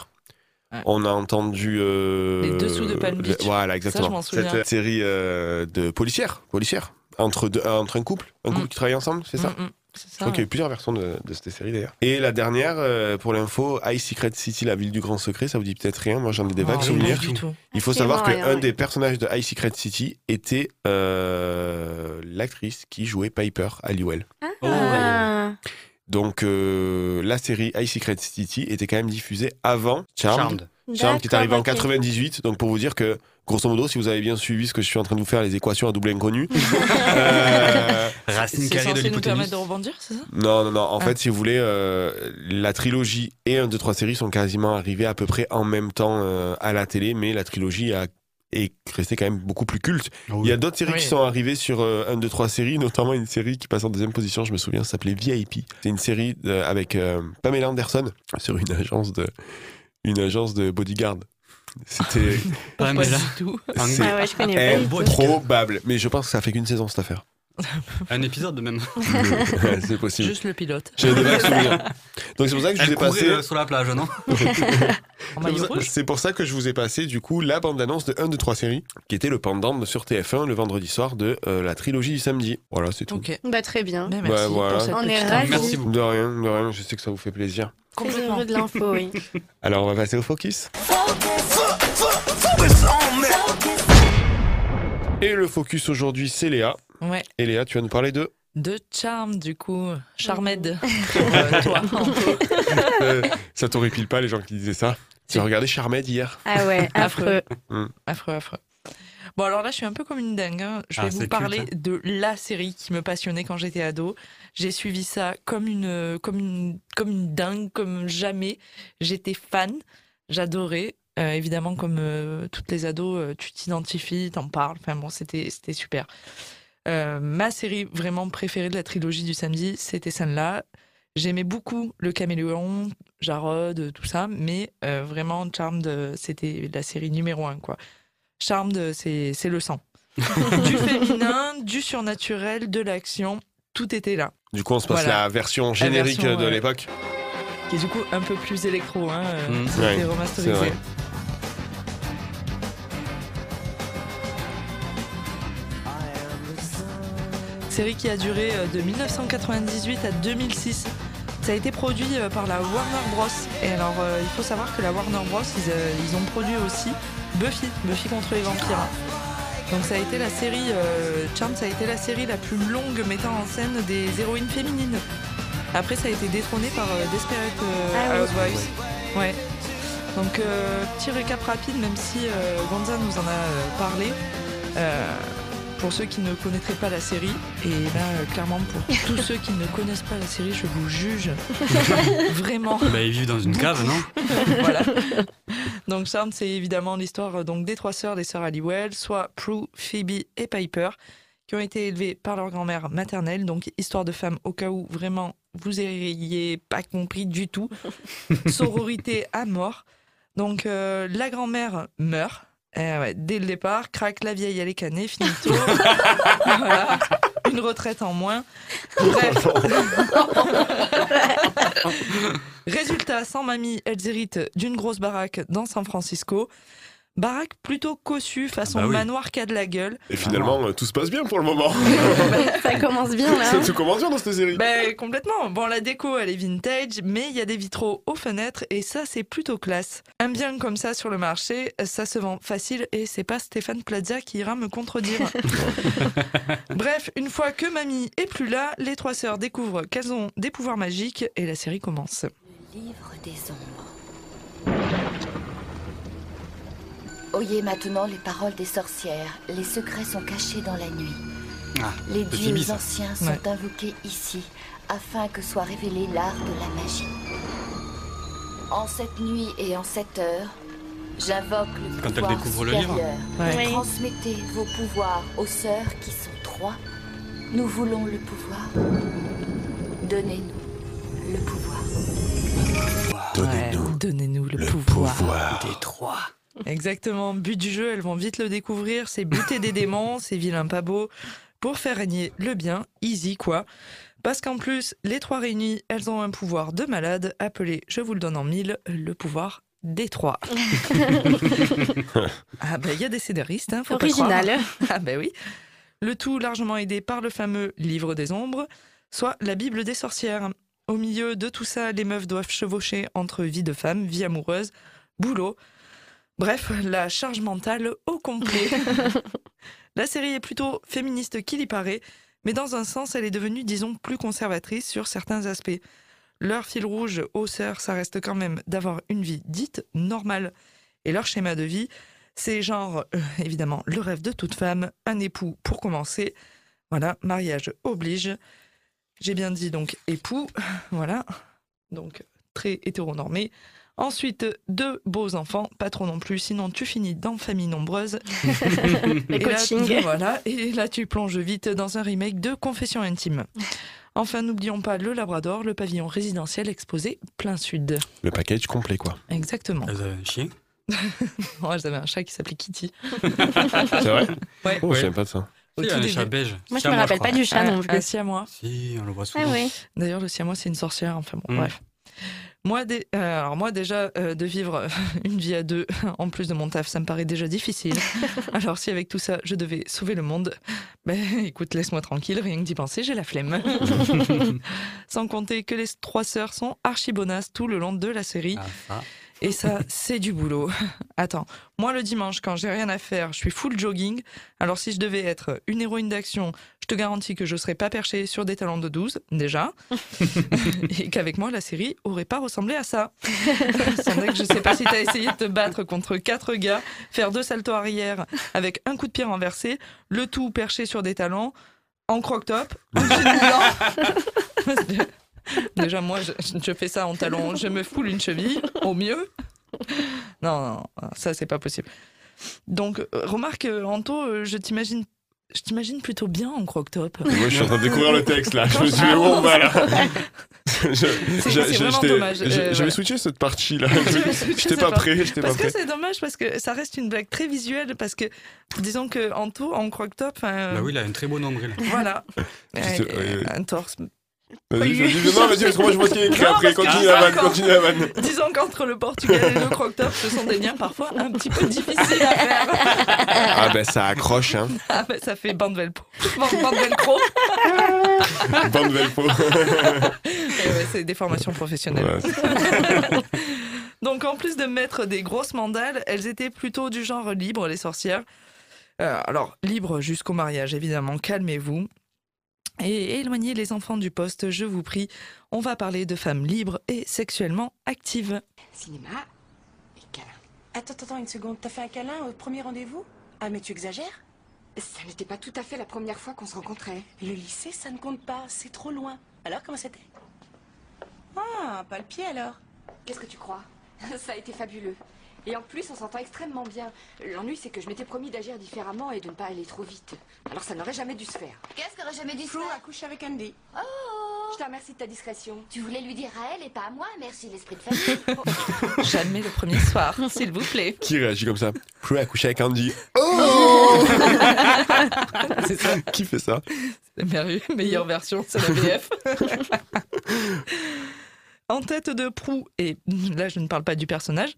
Speaker 3: Ouais.
Speaker 1: On a entendu. euh,
Speaker 3: Les dessous de Palm Beach.
Speaker 1: le- Voilà,
Speaker 3: Ça, je
Speaker 1: exactement.
Speaker 3: m'en souviens.
Speaker 1: Cette série euh, de policière. Policière. Entre, deux- euh, entre un couple. Un couple qui travaille ensemble, c'est ça
Speaker 3: Mm, mm, c'est
Speaker 1: Je
Speaker 3: ça.
Speaker 1: crois qu'il y a eu plusieurs versions de, de cette série d'ailleurs. Et la dernière, euh, pour l'info, High Secret City, la ville du grand secret, ça vous dit peut-être rien. Moi, j'en ai des vagues
Speaker 3: Oh,
Speaker 1: souvenirs.
Speaker 3: pas du tout.
Speaker 1: Il faut
Speaker 5: C'est
Speaker 1: savoir
Speaker 5: vrai,
Speaker 1: que un
Speaker 5: ouais.
Speaker 1: des personnages de High Secret City était euh, l'actrice qui jouait Piper Halliwell.
Speaker 5: Ah.
Speaker 1: Donc euh, la série High Secret City était quand même diffusée avant Charmed.
Speaker 4: Charmed.
Speaker 1: Charmed qui est arrivé en
Speaker 5: D'accord, ok.
Speaker 1: 98. Donc pour vous dire que grosso modo, si vous avez bien suivi ce que je suis en train de vous faire, les équations à double inconnu. euh,
Speaker 4: Racine
Speaker 3: C'est
Speaker 4: carrée de
Speaker 3: censé nous
Speaker 4: l'hypoténuse.
Speaker 3: permettre de rebondir, c'est ça
Speaker 1: non, non, non. En
Speaker 3: Ah.
Speaker 1: fait, si vous voulez, euh, la trilogie et 1, 2, 3 séries sont quasiment arrivées à peu près en même temps euh, à la télé, mais la trilogie a- est restée quand même beaucoup plus culte.
Speaker 4: Ah oui.
Speaker 1: Il y a d'autres séries
Speaker 3: Oui.
Speaker 1: qui sont arrivées sur euh, un, deux, trois séries, notamment une série qui passe en deuxième position, je me souviens, ça s'appelait VIP. C'est une série de- avec euh, Pamela Anderson sur une agence de, une agence de bodyguard. C'était
Speaker 4: Pas
Speaker 3: Pas
Speaker 4: mal.
Speaker 3: du tout.
Speaker 4: Un-
Speaker 1: c'est
Speaker 5: Ah ouais, je connais pas.
Speaker 4: Eh,
Speaker 5: du tout.
Speaker 1: improbable, mais je pense que ça fait qu'une saison cette affaire.
Speaker 4: Un épisode de même.
Speaker 1: Ouais, c'est possible.
Speaker 3: Juste le pilote.
Speaker 1: J'ai des vagues souvenirs. Donc c'est pour ça que je vous
Speaker 4: Elle
Speaker 1: ai
Speaker 4: courait
Speaker 1: passé.
Speaker 4: euh, sur la plage, non
Speaker 3: En
Speaker 1: C'est
Speaker 3: maillot
Speaker 1: pour ça-
Speaker 3: rouge.
Speaker 1: C'est pour ça que je vous ai passé du coup la bande-annonce de 1, 2, 3 séries, qui était le pendant de- sur TF1 le vendredi soir de euh, la trilogie du samedi. Voilà, c'est tout.
Speaker 3: Ok.
Speaker 5: Bah, très bien.
Speaker 3: Mais
Speaker 1: Bah,
Speaker 3: merci
Speaker 1: voilà.
Speaker 3: pour cette
Speaker 5: On est
Speaker 3: petite
Speaker 5: ravis.
Speaker 3: info.
Speaker 4: Merci beaucoup.
Speaker 1: De rien, de rien, je sais que ça vous fait plaisir.
Speaker 5: Très
Speaker 3: Complètement.
Speaker 5: heureux de l'info, oui.
Speaker 1: Alors on va passer au focus. Et le focus aujourd'hui c'est Léa.
Speaker 3: Ouais.
Speaker 1: Et Léa, tu vas nous parler de...
Speaker 3: De charme, du coup. Charmed. Pour, euh, toi, Anto.
Speaker 1: Euh, ça t'horripile pas les gens qui disaient ça Tu as regardé Charmed hier
Speaker 5: Ah ouais,
Speaker 3: Affreux.
Speaker 5: affreux.
Speaker 3: Affreux, affreux. Bon, alors là, je suis un peu comme une dingue. hein. Je
Speaker 4: Ah,
Speaker 3: vais
Speaker 4: c'est
Speaker 3: vous
Speaker 4: culte,
Speaker 3: parler
Speaker 4: hein.
Speaker 3: de la série qui me passionnait quand j'étais ado. J'ai suivi ça comme une, euh, comme une, comme une dingue, comme jamais. J'étais fan, j'adorais. Euh, évidemment, comme euh, toutes les ados, euh, tu t'identifies, t'en parles. Enfin bon, c'était c'était super. Euh, ma série vraiment préférée de la trilogie du samedi, c'était celle-là. J'aimais beaucoup le caméléon, Jarod, tout ça, mais euh, vraiment Charmed, euh, c'était la série numéro un, quoi. Charmed, c'est c'est le sang. du féminin, du surnaturel, de l'action, tout était là.
Speaker 1: Du coup on se passe
Speaker 3: Voilà.
Speaker 1: la version générique
Speaker 3: version,
Speaker 1: de
Speaker 3: ouais.
Speaker 1: l'époque.
Speaker 3: Qui est du coup un peu plus électro, hein, euh,
Speaker 4: Mhm.
Speaker 3: c'était
Speaker 1: Mm. Ouais,
Speaker 3: remasterisé.
Speaker 1: c'est vrai.
Speaker 3: Série qui a duré euh, de 1998 à 2006. Ça a été produit euh, par la Warner Bros. Et alors, euh, il faut savoir que la Warner Bros. Ils, euh, ils ont produit aussi Buffy, Buffy contre les vampires. Donc ça a été la série euh, Charmed, ça a été la série la plus longue mettant en scène des héroïnes féminines. Après, ça a été détrôné par euh, Desperate euh,
Speaker 5: Ah oui.
Speaker 3: Housewives. Ouais. Donc euh, petit récap rapide, même si euh, Gonza nous en a euh, parlé. Euh, pour ceux qui ne connaîtraient pas la série, et là euh, clairement pour tous ceux qui ne connaissent pas la série, je vous juge vraiment
Speaker 4: Bah, ils vivent dans une cave, non
Speaker 3: voilà. Donc Charmed, c'est évidemment l'histoire euh, donc des trois sœurs, des sœurs Halliwell, soit Prue, Phoebe et Piper, qui ont été élevées par leur grand-mère maternelle. Donc histoire de femmes au cas où vraiment vous n'ayez pas compris du tout. Sororité à mort. Donc euh, la grand-mère meurt. Eh ouais, dès le départ, craque la vieille, elle est canée, finito. voilà. Une retraite en moins. Bref. Résultat, sans mamie, elles héritent d'une grosse baraque dans San Francisco. Baraque plutôt cossue, façon
Speaker 4: Ah bah oui.
Speaker 3: manoir qui a de la gueule.
Speaker 1: Et finalement euh, tout se passe bien pour le moment.
Speaker 5: Ça commence bien, là. hein.
Speaker 1: ça tout commence bien dans cette série.
Speaker 3: Ben, complètement. Bon, la déco, elle est vintage, mais il y a des vitraux aux fenêtres et ça, c'est plutôt classe. Un bien comme ça sur le marché, ça se vend facile et c'est pas Stéphane Plaza qui ira me contredire. Bref, une fois que mamie est plus là, les trois sœurs découvrent qu'elles ont des pouvoirs magiques et la série commence.
Speaker 12: Livre des ombres. Oyez maintenant les paroles des sorcières. Les secrets sont cachés dans la nuit.
Speaker 4: Ah,
Speaker 12: les
Speaker 4: c'est
Speaker 12: dieux
Speaker 4: Phoebe, ça.
Speaker 12: anciens sont
Speaker 3: Ouais.
Speaker 12: invoqués ici afin que soit révélé l'art de la magie. En cette nuit et en cette heure, J'invoque le
Speaker 4: Quand elle
Speaker 12: pouvoir
Speaker 4: découvre le
Speaker 12: supérieur.
Speaker 4: livre. Ouais. Oui.
Speaker 12: Transmettez vos pouvoirs aux sœurs qui sont trois. Nous voulons le pouvoir. Donnez-nous le pouvoir.
Speaker 3: Donnez-nous le, pouvoir.
Speaker 1: des
Speaker 3: trois. Exactement, but du jeu, elles vont vite le découvrir, c'est buter des démons, c'est vilain pas beau, pour faire régner le bien, easy quoi. Parce qu'en plus, les trois réunies, elles ont un pouvoir de malade, appelé, je vous le donne en mille, le pouvoir des trois. ah ben il y a des scénaristes, hein, faut pas
Speaker 5: Original.
Speaker 3: croire. ah ben oui. Le tout largement aidé par le fameux livre des ombres, soit la Bible des sorcières. Au milieu de tout ça, les meufs doivent chevaucher entre vie de femme, vie amoureuse, boulot. Bref, la charge mentale au complet. la série est plutôt féministe qu'il y paraît, mais dans un sens, elle est devenue, disons, plus conservatrice sur certains aspects. Leur fil rouge aux sœurs, ça reste quand même d'avoir une vie dite normale. Et leur schéma de vie, c'est genre, euh, évidemment, le rêve de toute femme, un époux pour commencer. Voilà, mariage oblige. J'ai bien dit donc époux, voilà, donc très hétéronormé. Ensuite, deux beaux enfants, pas trop non plus, sinon tu finis dans famille nombreuse.
Speaker 5: Le
Speaker 3: Et là,
Speaker 5: coaching.
Speaker 3: tu- voilà, et là tu plonges vite dans un remake de Confession intime. Enfin, n'oublions pas le Labrador, le pavillon résidentiel exposé plein sud.
Speaker 1: Le package complet, quoi.
Speaker 3: Exactement.
Speaker 4: Elles avaient un chien.
Speaker 3: Moi, j'avais un chat qui s'appelait Kitty.
Speaker 1: C'est vrai
Speaker 3: Ouais.
Speaker 1: Oh, je savais pas de ça.
Speaker 3: Au
Speaker 4: Si,
Speaker 3: tout
Speaker 4: un
Speaker 3: début.
Speaker 4: chat beige.
Speaker 3: Moi, je Ah,
Speaker 4: Siamois,
Speaker 3: me rappelle
Speaker 4: crois.
Speaker 3: pas du Ah chat non plus. Un siamois.
Speaker 4: Si, on le voit souvent.
Speaker 3: D'ailleurs, le siamois, c'est une sorcière. Enfin bon,
Speaker 4: Mm.
Speaker 3: bref. Moi, dé- euh, alors moi déjà, euh, de vivre une vie à deux, en plus de mon taf, ça me paraît déjà difficile. alors si avec tout ça, je devais sauver le monde, ben écoute, laisse-moi tranquille, rien que d'y penser, j'ai la flemme. Sans compter que les trois sœurs sont archi bonasses tout le long de la série.
Speaker 4: Ah,
Speaker 3: Et ça, c'est du boulot. Attends, moi le dimanche, quand j'ai rien à faire, je suis full jogging. Alors si je devais être une héroïne d'action, je te garantis que je serais pas perchée sur des talents de 12, déjà. et qu'avec moi, la série aurait pas ressemblé à ça. Sans dire que je sais pas si t'as essayé de te battre contre quatre gars, faire deux saltos arrière avec un coup de pied renversé, le tout perché sur des talons, en croc-top, en jean blanc. Déjà, moi, je, je fais ça en talons, je me foule une cheville, au mieux. Non, non, non, ça, c'est pas possible. Donc, euh, remarque, euh, Anto, euh, je t'imagine. Je t'imagine plutôt bien en croc-top.
Speaker 1: Moi, je suis en train de découvrir le texte, là. Je me suis dit, oh, bah, là. Je- je-
Speaker 3: c'est
Speaker 1: je-
Speaker 3: vraiment
Speaker 1: j'étais-
Speaker 3: dommage.
Speaker 1: je-
Speaker 3: Euh,
Speaker 1: J'avais
Speaker 3: voilà.
Speaker 1: switché cette partie, là.
Speaker 3: Je
Speaker 1: J'étais
Speaker 3: sais
Speaker 1: pas prêt, j'étais pas
Speaker 3: Parce
Speaker 1: prêt.
Speaker 3: que c'est dommage, parce que ça reste une blague très visuelle, parce que disons que Anto, en croc-top, euh,
Speaker 4: Bah oui, il a un très beau nombril.
Speaker 3: voilà,
Speaker 4: Je
Speaker 3: Euh,
Speaker 4: sais- ouais, ouais.
Speaker 3: un torse.
Speaker 1: Vas-y, vas-y, vas-y, non, vas-y, parce que moi, je vois ce qui est écrit
Speaker 3: Non,
Speaker 1: après.
Speaker 3: parce que Ah,
Speaker 1: Continue
Speaker 3: disons
Speaker 1: la vanne,
Speaker 3: qu'en-
Speaker 1: continue la vanne.
Speaker 3: Disons qu'entre le Portugal et le croc-top, ce sont des liens parfois un petit peu difficiles à faire.
Speaker 1: Ah, ben, ça accroche, hein.
Speaker 3: Ah bah, ça fait bande Velpo. Bande, Bande Velcro.
Speaker 1: Bande Velpo.
Speaker 3: Eh ouais, c'est des formations professionnelles. Donc en plus de mettre des grosses mandales, elles étaient plutôt du genre libre, les sorcières. Euh, alors libre jusqu'au mariage, évidemment, calmez-vous. Et éloignez les enfants du poste, je vous prie. On va parler de femmes libres et sexuellement actives.
Speaker 13: Cinéma et câlin. Attends, attends, attends, une seconde. T'as fait un câlin au premier rendez-vous Ah, mais tu exagères Ça n'était pas tout à fait la première fois qu'on se rencontrait. Le lycée, ça ne compte pas. C'est trop loin. Alors, comment c'était Ah, pas le pied alors.
Speaker 14: Qu'est-ce que tu crois Ça a été fabuleux. Et en plus, on s'entend extrêmement bien. L'ennui, c'est que je m'étais promis d'agir différemment et de ne pas aller trop vite. Alors ça n'aurait jamais dû se faire.
Speaker 12: Qu'est-ce qu'aurait jamais dû se
Speaker 13: Flo
Speaker 12: faire
Speaker 13: accouche avec Andy.
Speaker 12: Oh
Speaker 14: Je te remercie de ta discrétion.
Speaker 12: Tu voulais lui dire à elle et pas à moi Merci, l'esprit de famille.
Speaker 3: Jamais le premier soir, s'il vous plaît.
Speaker 1: Qui réagit comme ça Plus à coucher avec Andy.
Speaker 12: Oh
Speaker 1: Qui fait ça
Speaker 3: La merveille- meilleure version, c'est la BF. en tête de proue, et là je ne parle pas du personnage,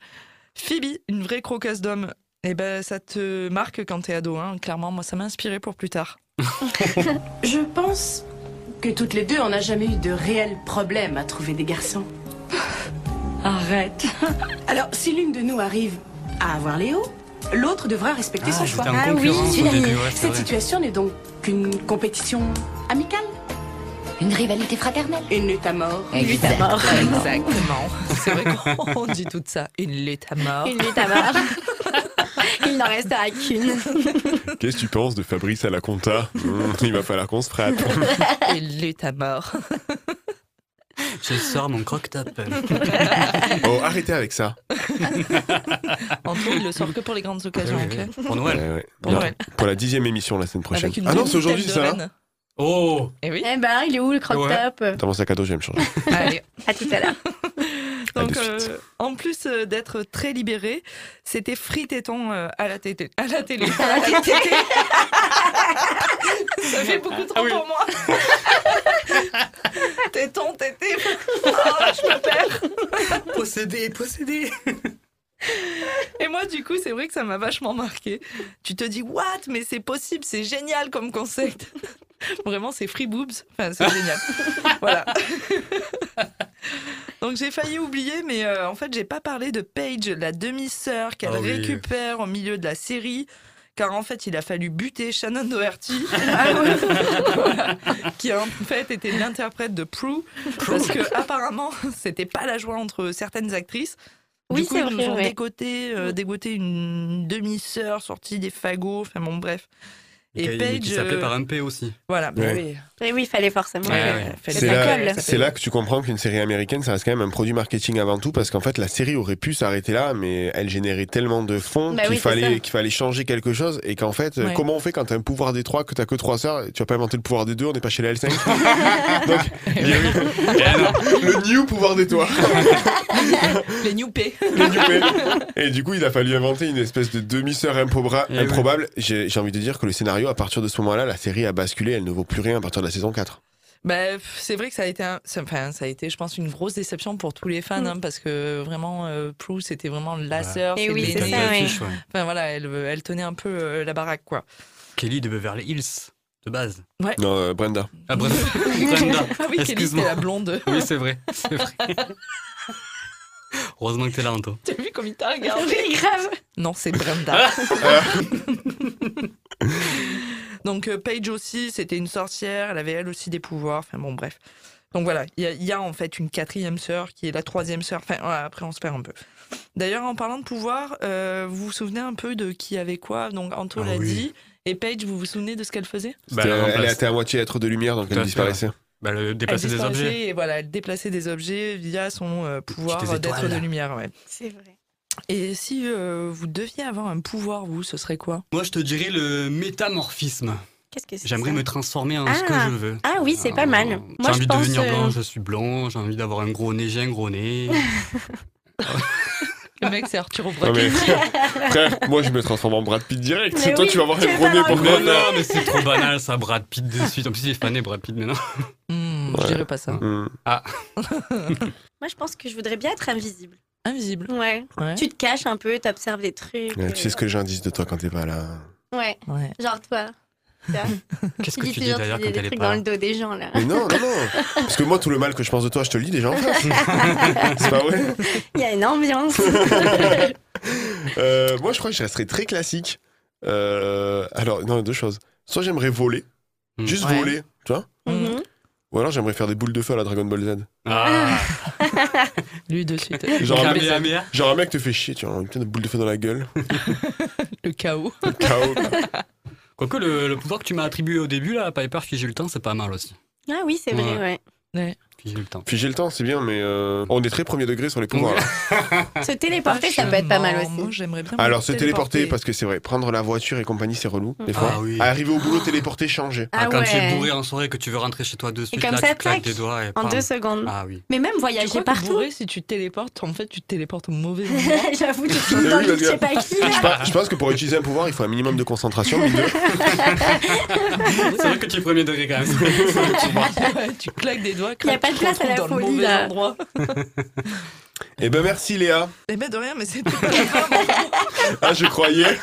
Speaker 3: Phoebe, une vraie croqueuse d'homme. Eh ben, ça te marque quand t'es ado, hein. clairement. Moi, ça m'a inspiré pour plus tard.
Speaker 13: Je pense que toutes les deux, on n'a jamais eu de réel problème à trouver des garçons. Arrête. Alors, si l'une de nous arrive à avoir Léo, l'autre devra respecter
Speaker 4: Ah,
Speaker 13: son choix.
Speaker 4: c'était en Ah oui, concurrence au
Speaker 13: Je suis d'accord.
Speaker 4: début, ouais, c'est
Speaker 13: Cette
Speaker 4: vrai.
Speaker 13: situation n'est donc qu'une compétition amicale.
Speaker 12: Une rivalité fraternelle.
Speaker 13: Une lutte à mort.
Speaker 3: Une lutte à mort.
Speaker 13: Exactement.
Speaker 3: C'est vrai qu'on dit tout ça. Une lutte à mort.
Speaker 5: Une lutte à mort. Il n'en restera qu'une.
Speaker 1: Qu'est-ce que tu penses de Fabrice à la compta Mmh, Il va falloir qu'on se frappe.
Speaker 3: Une lutte à mort.
Speaker 4: Je sors mon croque-top.
Speaker 1: Oh, arrêtez avec ça.
Speaker 3: Antoine, il le sort que pour les grandes occasions.
Speaker 1: Ah
Speaker 3: ok
Speaker 1: Ouais, ouais.
Speaker 3: Pour
Speaker 1: Bien.
Speaker 3: Noël.
Speaker 1: Pour la dixième émission la semaine prochaine.
Speaker 3: Avec une
Speaker 1: Ah non,
Speaker 3: demi-tête
Speaker 1: c'est aujourd'hui
Speaker 3: de
Speaker 1: ça.
Speaker 3: reine.
Speaker 4: Oh
Speaker 3: Eh oui.
Speaker 5: Eh ben, il est où le crop top
Speaker 1: Dans mon sac à dos, je vais me changer.
Speaker 3: Allez,
Speaker 5: à tout à l'heure.
Speaker 3: Donc,
Speaker 1: de suite.
Speaker 3: euh, en plus euh, d'être très libéré, c'était free téton euh, à la tété. À la télé. À la tété. Ça fait beaucoup trop pour moi. téton, tété. Oh, je me perds.
Speaker 4: Possédé, possédé.
Speaker 3: Et moi, du coup, c'est vrai que ça m'a vachement marqué. Tu te dis, what Mais c'est possible, c'est génial comme concept. Vraiment, c'est free boobs. Enfin, c'est génial. voilà. Donc j'ai failli oublier, mais euh, en fait j'ai pas parlé de Paige, la demi-sœur qu'elle
Speaker 15: Ah oui.
Speaker 3: récupère au milieu de la série, car en fait il a fallu buter Shannon Doherty, Ah Voilà. qui en fait était l'interprète de Prue, parce que apparemment c'était pas la joie entre certaines actrices.
Speaker 5: Oui,
Speaker 3: du coup,
Speaker 5: c'est
Speaker 3: ils nous
Speaker 5: vrai,
Speaker 3: ont
Speaker 5: ouais.
Speaker 3: dégoté, euh, dégoté une demi-sœur sortie des fagots, enfin bon bref.
Speaker 4: Et Qui s'appelait
Speaker 3: euh,
Speaker 4: par un P aussi.
Speaker 3: Voilà.
Speaker 1: Ouais.
Speaker 5: Et oui, il fallait forcément.
Speaker 4: Ouais,
Speaker 5: euh,
Speaker 4: ouais.
Speaker 5: fallait
Speaker 1: C'est
Speaker 5: la
Speaker 1: là,
Speaker 5: colle.
Speaker 1: c'est là que tu comprends qu'une série américaine, ça reste quand même un produit marketing avant tout, parce qu'en fait, la série aurait pu s'arrêter là, mais elle générait tellement de fonds
Speaker 5: Bah
Speaker 1: qu'il
Speaker 5: oui, c'est
Speaker 1: fallait,
Speaker 5: ça.
Speaker 1: qu'il fallait changer quelque chose, et qu'en fait, euh,
Speaker 5: Ouais.
Speaker 1: comment on fait quand t'as un pouvoir des trois, que t'as que trois sœurs, tu vas pas inventer le pouvoir des deux, on n'est pas chez la L5 Donc, il y a eu- le new pouvoir des toits.
Speaker 3: Les New P.
Speaker 1: Et du coup, il a fallu inventer une espèce de demi-sœur impobra-
Speaker 5: Eh
Speaker 1: improbable. J'ai j'ai envie de dire que le scénario, à partir de ce moment-là, la série a basculé, elle ne vaut plus rien à partir de la saison 4.
Speaker 3: Bah, pff, c'est vrai que ça a été, un- ça, enfin, ça a été, je pense, une grosse déception pour tous les fans, hein, parce que vraiment, euh, Prue, c'était vraiment la
Speaker 4: Ouais.
Speaker 3: sœur.
Speaker 4: Eh
Speaker 3: c'est
Speaker 4: oui, c'est
Speaker 3: l'aînée.
Speaker 4: ça, ouais. Affiche, ouais.
Speaker 3: Enfin voilà, elle, elle tenait un peu euh, la baraque, quoi.
Speaker 4: Kelly de Beverly Hills, de base.
Speaker 3: Ouais.
Speaker 1: Non, euh, Brenda.
Speaker 4: Ah, bref. Brenda.
Speaker 3: Ah oui, Kelly, c'était
Speaker 4: excuse-moi.
Speaker 3: la blonde.
Speaker 4: Oui, c'est vrai. C'est vrai. Heureusement que t'es là, Anto.
Speaker 3: T'as vu comme il t'a regardé
Speaker 5: Oui, grave.
Speaker 3: Non, c'est Brenda.
Speaker 4: Ah.
Speaker 3: Donc euh, Paige aussi, c'était une sorcière, elle avait elle aussi des pouvoirs, enfin bon bref. Donc voilà, il y, a- il y a en fait une quatrième sœur qui est la troisième sœur, enfin voilà, après on se perd un peu. D'ailleurs en parlant de pouvoir, euh, vous vous souvenez un peu de qui avait quoi Donc Anto
Speaker 1: Ah
Speaker 3: l'a
Speaker 1: oui.
Speaker 3: dit, et Paige, vous vous souvenez de ce qu'elle faisait
Speaker 1: C'était- elle était à moitié être de lumière, donc
Speaker 4: à
Speaker 1: elle
Speaker 4: fait,
Speaker 1: disparaissait.
Speaker 4: ouais. Bah, le
Speaker 3: Elle
Speaker 4: déplacer des
Speaker 3: disparaissait
Speaker 4: objets.
Speaker 3: et voilà, elle déplaçait des objets via son euh, pouvoir
Speaker 4: petites
Speaker 3: d'être
Speaker 4: étoiles.
Speaker 3: de lumière. ouais.
Speaker 5: C'est vrai.
Speaker 3: Et si euh, vous deviez avoir un pouvoir, vous, ce serait quoi
Speaker 4: Moi, je te dirais le métamorphisme.
Speaker 5: Qu'est-ce que c'est
Speaker 4: J'aimerais
Speaker 5: ça
Speaker 4: me transformer en ce que je veux.
Speaker 5: Ah oui, c'est pas mal.
Speaker 4: J'ai
Speaker 5: Moi, je
Speaker 4: envie de
Speaker 5: pense.
Speaker 4: devenir
Speaker 5: euh, Oh,
Speaker 4: blanc, je suis blanc, j'ai envie d'avoir un gros nez, j'ai un gros nez.
Speaker 3: Le mec, c'est Arthur
Speaker 1: Non, mais-
Speaker 3: O'Brien.
Speaker 1: Frère, moi je me transforme en Brad Pitt direct.
Speaker 3: Mais
Speaker 1: toi
Speaker 3: oui,
Speaker 1: tu vas avoir
Speaker 3: tu
Speaker 1: un
Speaker 3: vas
Speaker 1: gros nez
Speaker 3: avoir
Speaker 1: pour
Speaker 3: un
Speaker 1: moi.
Speaker 3: gros nez.
Speaker 4: Non, Oh, mais c'est trop banal ça, Brad Pitt de suite. En plus, il est fané Brad Pitt maintenant.
Speaker 3: Hmm, Je dirais pas ça.
Speaker 1: Hmm.
Speaker 4: Ah.
Speaker 5: Moi, je pense que je voudrais bien être invisible.
Speaker 3: Invisible
Speaker 5: Ouais.
Speaker 1: Ouais.
Speaker 5: Tu te caches un peu, t'observes des trucs.
Speaker 1: Ouais, tu sais ce que j'ai indice de toi quand t'es pas là.
Speaker 5: Ouais.
Speaker 3: Ouais.
Speaker 5: Genre toi.
Speaker 4: Qu'est-ce
Speaker 1: que tu dis d'ailleurs quand
Speaker 5: des
Speaker 1: elle est
Speaker 5: trucs
Speaker 1: pas
Speaker 5: dans le dos des gens là.
Speaker 1: Mais non, non, non. Parce que moi, tout le mal que je pense de toi, je te le dis déjà en face. C'est pas vrai.
Speaker 5: Il y a une ambiance.
Speaker 1: Euh, moi, je crois que je resterais très classique. Euh, alors, non, deux choses. Soit j'aimerais voler, juste
Speaker 4: Ouais.
Speaker 1: voler, tu vois.
Speaker 5: Mhm.
Speaker 1: Ou alors j'aimerais faire des boules de feu à la Dragon Ball Z.
Speaker 4: Ah.
Speaker 3: Lui de suite.
Speaker 1: Genre un,
Speaker 4: Kamehameha.
Speaker 1: mec, genre un mec te fait chier, tu vois, une putain de boule de feu dans la gueule.
Speaker 3: Le chaos.
Speaker 1: Chaos.
Speaker 4: Quoique le, le pouvoir que tu m'as attribué au début là, Piper figer le temps, c'est pas mal aussi.
Speaker 5: Ah oui, c'est vrai, ouais.
Speaker 4: Ouais.
Speaker 3: Ouais.
Speaker 4: Figer le temps.
Speaker 1: Figer le temps, c'est bien, mais euh, on est très premier degré sur les pouvoirs. là.
Speaker 5: Se téléporter, ça peut être pas mal aussi.
Speaker 3: Moi, j'aimerais bien.
Speaker 1: Ah, Alors, se téléporter, parce que c'est vrai, prendre la voiture et compagnie, c'est relou, des
Speaker 4: Ah
Speaker 1: fois.
Speaker 4: oui.
Speaker 1: Arriver au boulot, téléporter, changer.
Speaker 5: Ah
Speaker 4: quand tu
Speaker 5: ouais.
Speaker 4: es bourré en soirée que tu veux rentrer chez toi de suite,
Speaker 5: comme
Speaker 4: là,
Speaker 5: ça,
Speaker 4: tu
Speaker 5: clac,
Speaker 4: claques des doigts et
Speaker 5: en
Speaker 4: pam.
Speaker 5: deux secondes.
Speaker 4: Ah oui.
Speaker 5: Mais même
Speaker 3: Tu
Speaker 5: voyager
Speaker 3: crois que
Speaker 5: partout.
Speaker 3: bourré, si tu te téléportes, en fait, tu te téléportes au mauvais moment.
Speaker 5: J'avoue, tu
Speaker 1: Mais
Speaker 5: finis dans
Speaker 1: oui,
Speaker 5: le
Speaker 1: parce
Speaker 5: je
Speaker 1: que-
Speaker 5: sais pas qui.
Speaker 1: Je pense- je pense que pour utiliser un pouvoir, il faut un minimum de concentration. mine de-
Speaker 4: C'est vrai que tu es premier degré quand même.
Speaker 3: Ouais, tu claques des doigts.
Speaker 5: Il n'y a
Speaker 3: crac,
Speaker 5: pas
Speaker 3: tu
Speaker 5: de
Speaker 3: te
Speaker 5: place à la
Speaker 3: retrouves dans le
Speaker 5: folie
Speaker 3: mauvais
Speaker 5: là.
Speaker 3: endroit.
Speaker 1: Eh ben merci Léa.
Speaker 3: Eh ben de rien, mais c'était pas
Speaker 1: Ah, je croyais.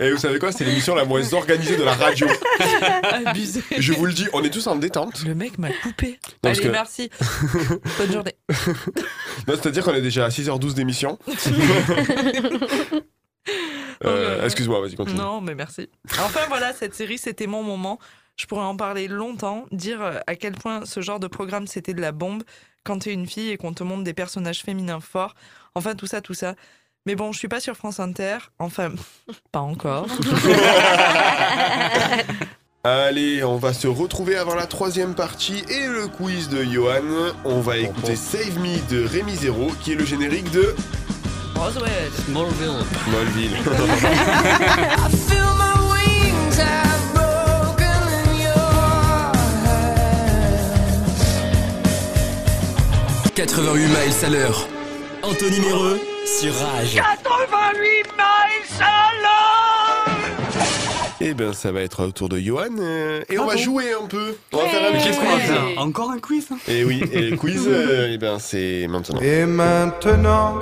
Speaker 1: Et vous savez quoi, c'est l'émission la moins organisée de la radio.
Speaker 3: abusé.
Speaker 1: Je vous le dis, on est tous en détente.
Speaker 3: Le mec m'a coupé.
Speaker 1: parce
Speaker 3: Allez,
Speaker 1: que-
Speaker 3: merci. Bonne journée.
Speaker 1: Non, C'est-à-dire qu'on est déjà à 6h12 d'émission. Euh, Excuse-moi, vas-y, continue.
Speaker 3: Non, mais merci. Enfin voilà, cette série, c'était mon moment. Je pourrais en parler longtemps, dire euh, à quel point ce genre de programme, c'était de la bombe quand t'es une fille et qu'on te montre des personnages féminins forts. Enfin, tout ça, tout ça. Mais bon, je suis pas sur France Inter. Enfin, pas encore.
Speaker 1: Allez, on va se retrouver avant la troisième partie et le quiz de Johan. On va écouter Save Me de Rémi Zéro, qui est le générique de
Speaker 3: Roswell.
Speaker 4: Smallville.
Speaker 1: Smallville.
Speaker 6: I feel my wings have broken in your
Speaker 2: 88 miles à l'heure. Anthony Méreux sur Rage.
Speaker 6: 88 miles à l'heure
Speaker 1: Eh ben, ça va être au tour de Johan. euh,
Speaker 3: Ah
Speaker 1: et on va jouer un peu. On va faire un
Speaker 4: Mais
Speaker 1: petit
Speaker 4: qu'est-ce qu'on va
Speaker 1: quiz.
Speaker 4: faire Encore un quiz hein
Speaker 1: Et oui, et le quiz, euh, eh ben, c'est maintenant.
Speaker 10: Et maintenant.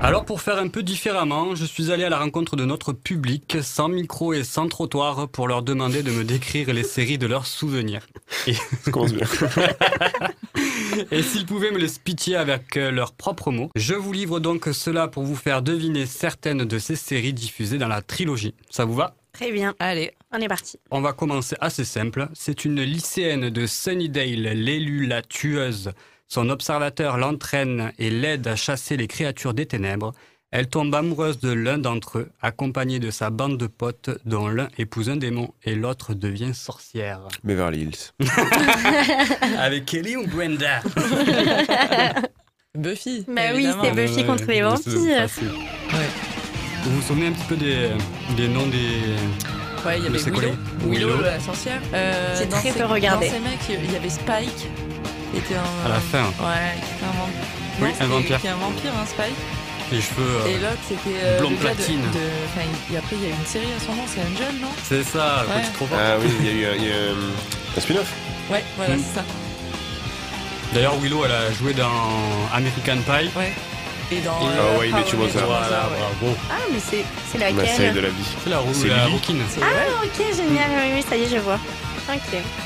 Speaker 4: Alors pour faire un peu différemment, je suis allé à la rencontre de notre public, sans micro et sans trottoir, pour leur demander de me décrire les séries de leurs souvenirs. Et...
Speaker 1: commence bien.
Speaker 4: et s'ils pouvaient me les pitcher avec euh, leurs propres mots, je vous livre donc cela pour vous faire deviner certaines de ces séries diffusées dans la trilogie. Ça vous va
Speaker 5: Très bien.
Speaker 3: Allez,
Speaker 5: on est parti.
Speaker 4: on va commencer assez simple. C'est une lycéenne de Sunnydale, l'élu, la tueuse. Son observateur l'entraîne et l'aide à chasser les créatures des ténèbres. Elle tombe amoureuse de l'un d'entre eux, accompagnée de sa bande de potes, dont l'un épouse un démon et l'autre devient sorcière.
Speaker 1: Beverly Hills.
Speaker 4: Avec Kelly ou Brenda
Speaker 3: Buffy.
Speaker 5: Bah oui, c'est Buffy
Speaker 4: Ouais,
Speaker 5: contre les
Speaker 4: ouais, c'est
Speaker 5: vampires.
Speaker 4: facile. Vous vous souvenez un petit peu des, des noms des.
Speaker 3: Ouais, il y
Speaker 4: de
Speaker 3: avait
Speaker 4: ces
Speaker 3: Willow,
Speaker 4: collègues
Speaker 3: Willow, la sorcière. Euh,
Speaker 5: J'ai
Speaker 3: dans
Speaker 5: très
Speaker 3: ces-
Speaker 5: peu regardé.
Speaker 3: Dans ces mecs, il y avait Spike, qui était un.
Speaker 4: À la fin.
Speaker 3: Ouais, qui était un vampire.
Speaker 4: Oui,
Speaker 3: Non,
Speaker 4: un
Speaker 3: c'était-
Speaker 4: vampire.
Speaker 3: Qui est un vampire, hein, Spike.
Speaker 4: Les cheveux. euh,
Speaker 3: Et l'autre, c'était. euh,
Speaker 4: blond
Speaker 3: le gars de-
Speaker 4: platine.
Speaker 3: de- Enfin, il- et après, il y a une série à son nom, c'est Angel, non
Speaker 4: C'est ça,
Speaker 3: Ouais.
Speaker 4: tu trop fort.
Speaker 1: Ah oui, il y a eu un, il y a eu un- un spin-off.
Speaker 3: Ouais, voilà,
Speaker 4: Mm.
Speaker 3: c'est ça.
Speaker 4: D'ailleurs, Willow, elle a joué dans American Pie.
Speaker 3: Ouais. Et dans.
Speaker 1: Ah
Speaker 3: euh,
Speaker 1: ouais, il
Speaker 3: Power
Speaker 1: est toujours ça.
Speaker 3: Rangers,
Speaker 4: Voilà,
Speaker 3: ouais.
Speaker 4: bravo.
Speaker 5: Ah, mais c'est c'est
Speaker 1: Ma série de
Speaker 5: laquelle
Speaker 1: la vie.
Speaker 4: C'est la, roue-
Speaker 1: C'est
Speaker 4: la
Speaker 1: lui.
Speaker 4: rouquine.
Speaker 5: Ah, ok, génial. Oui, oui, ça y est, je vois. Ok.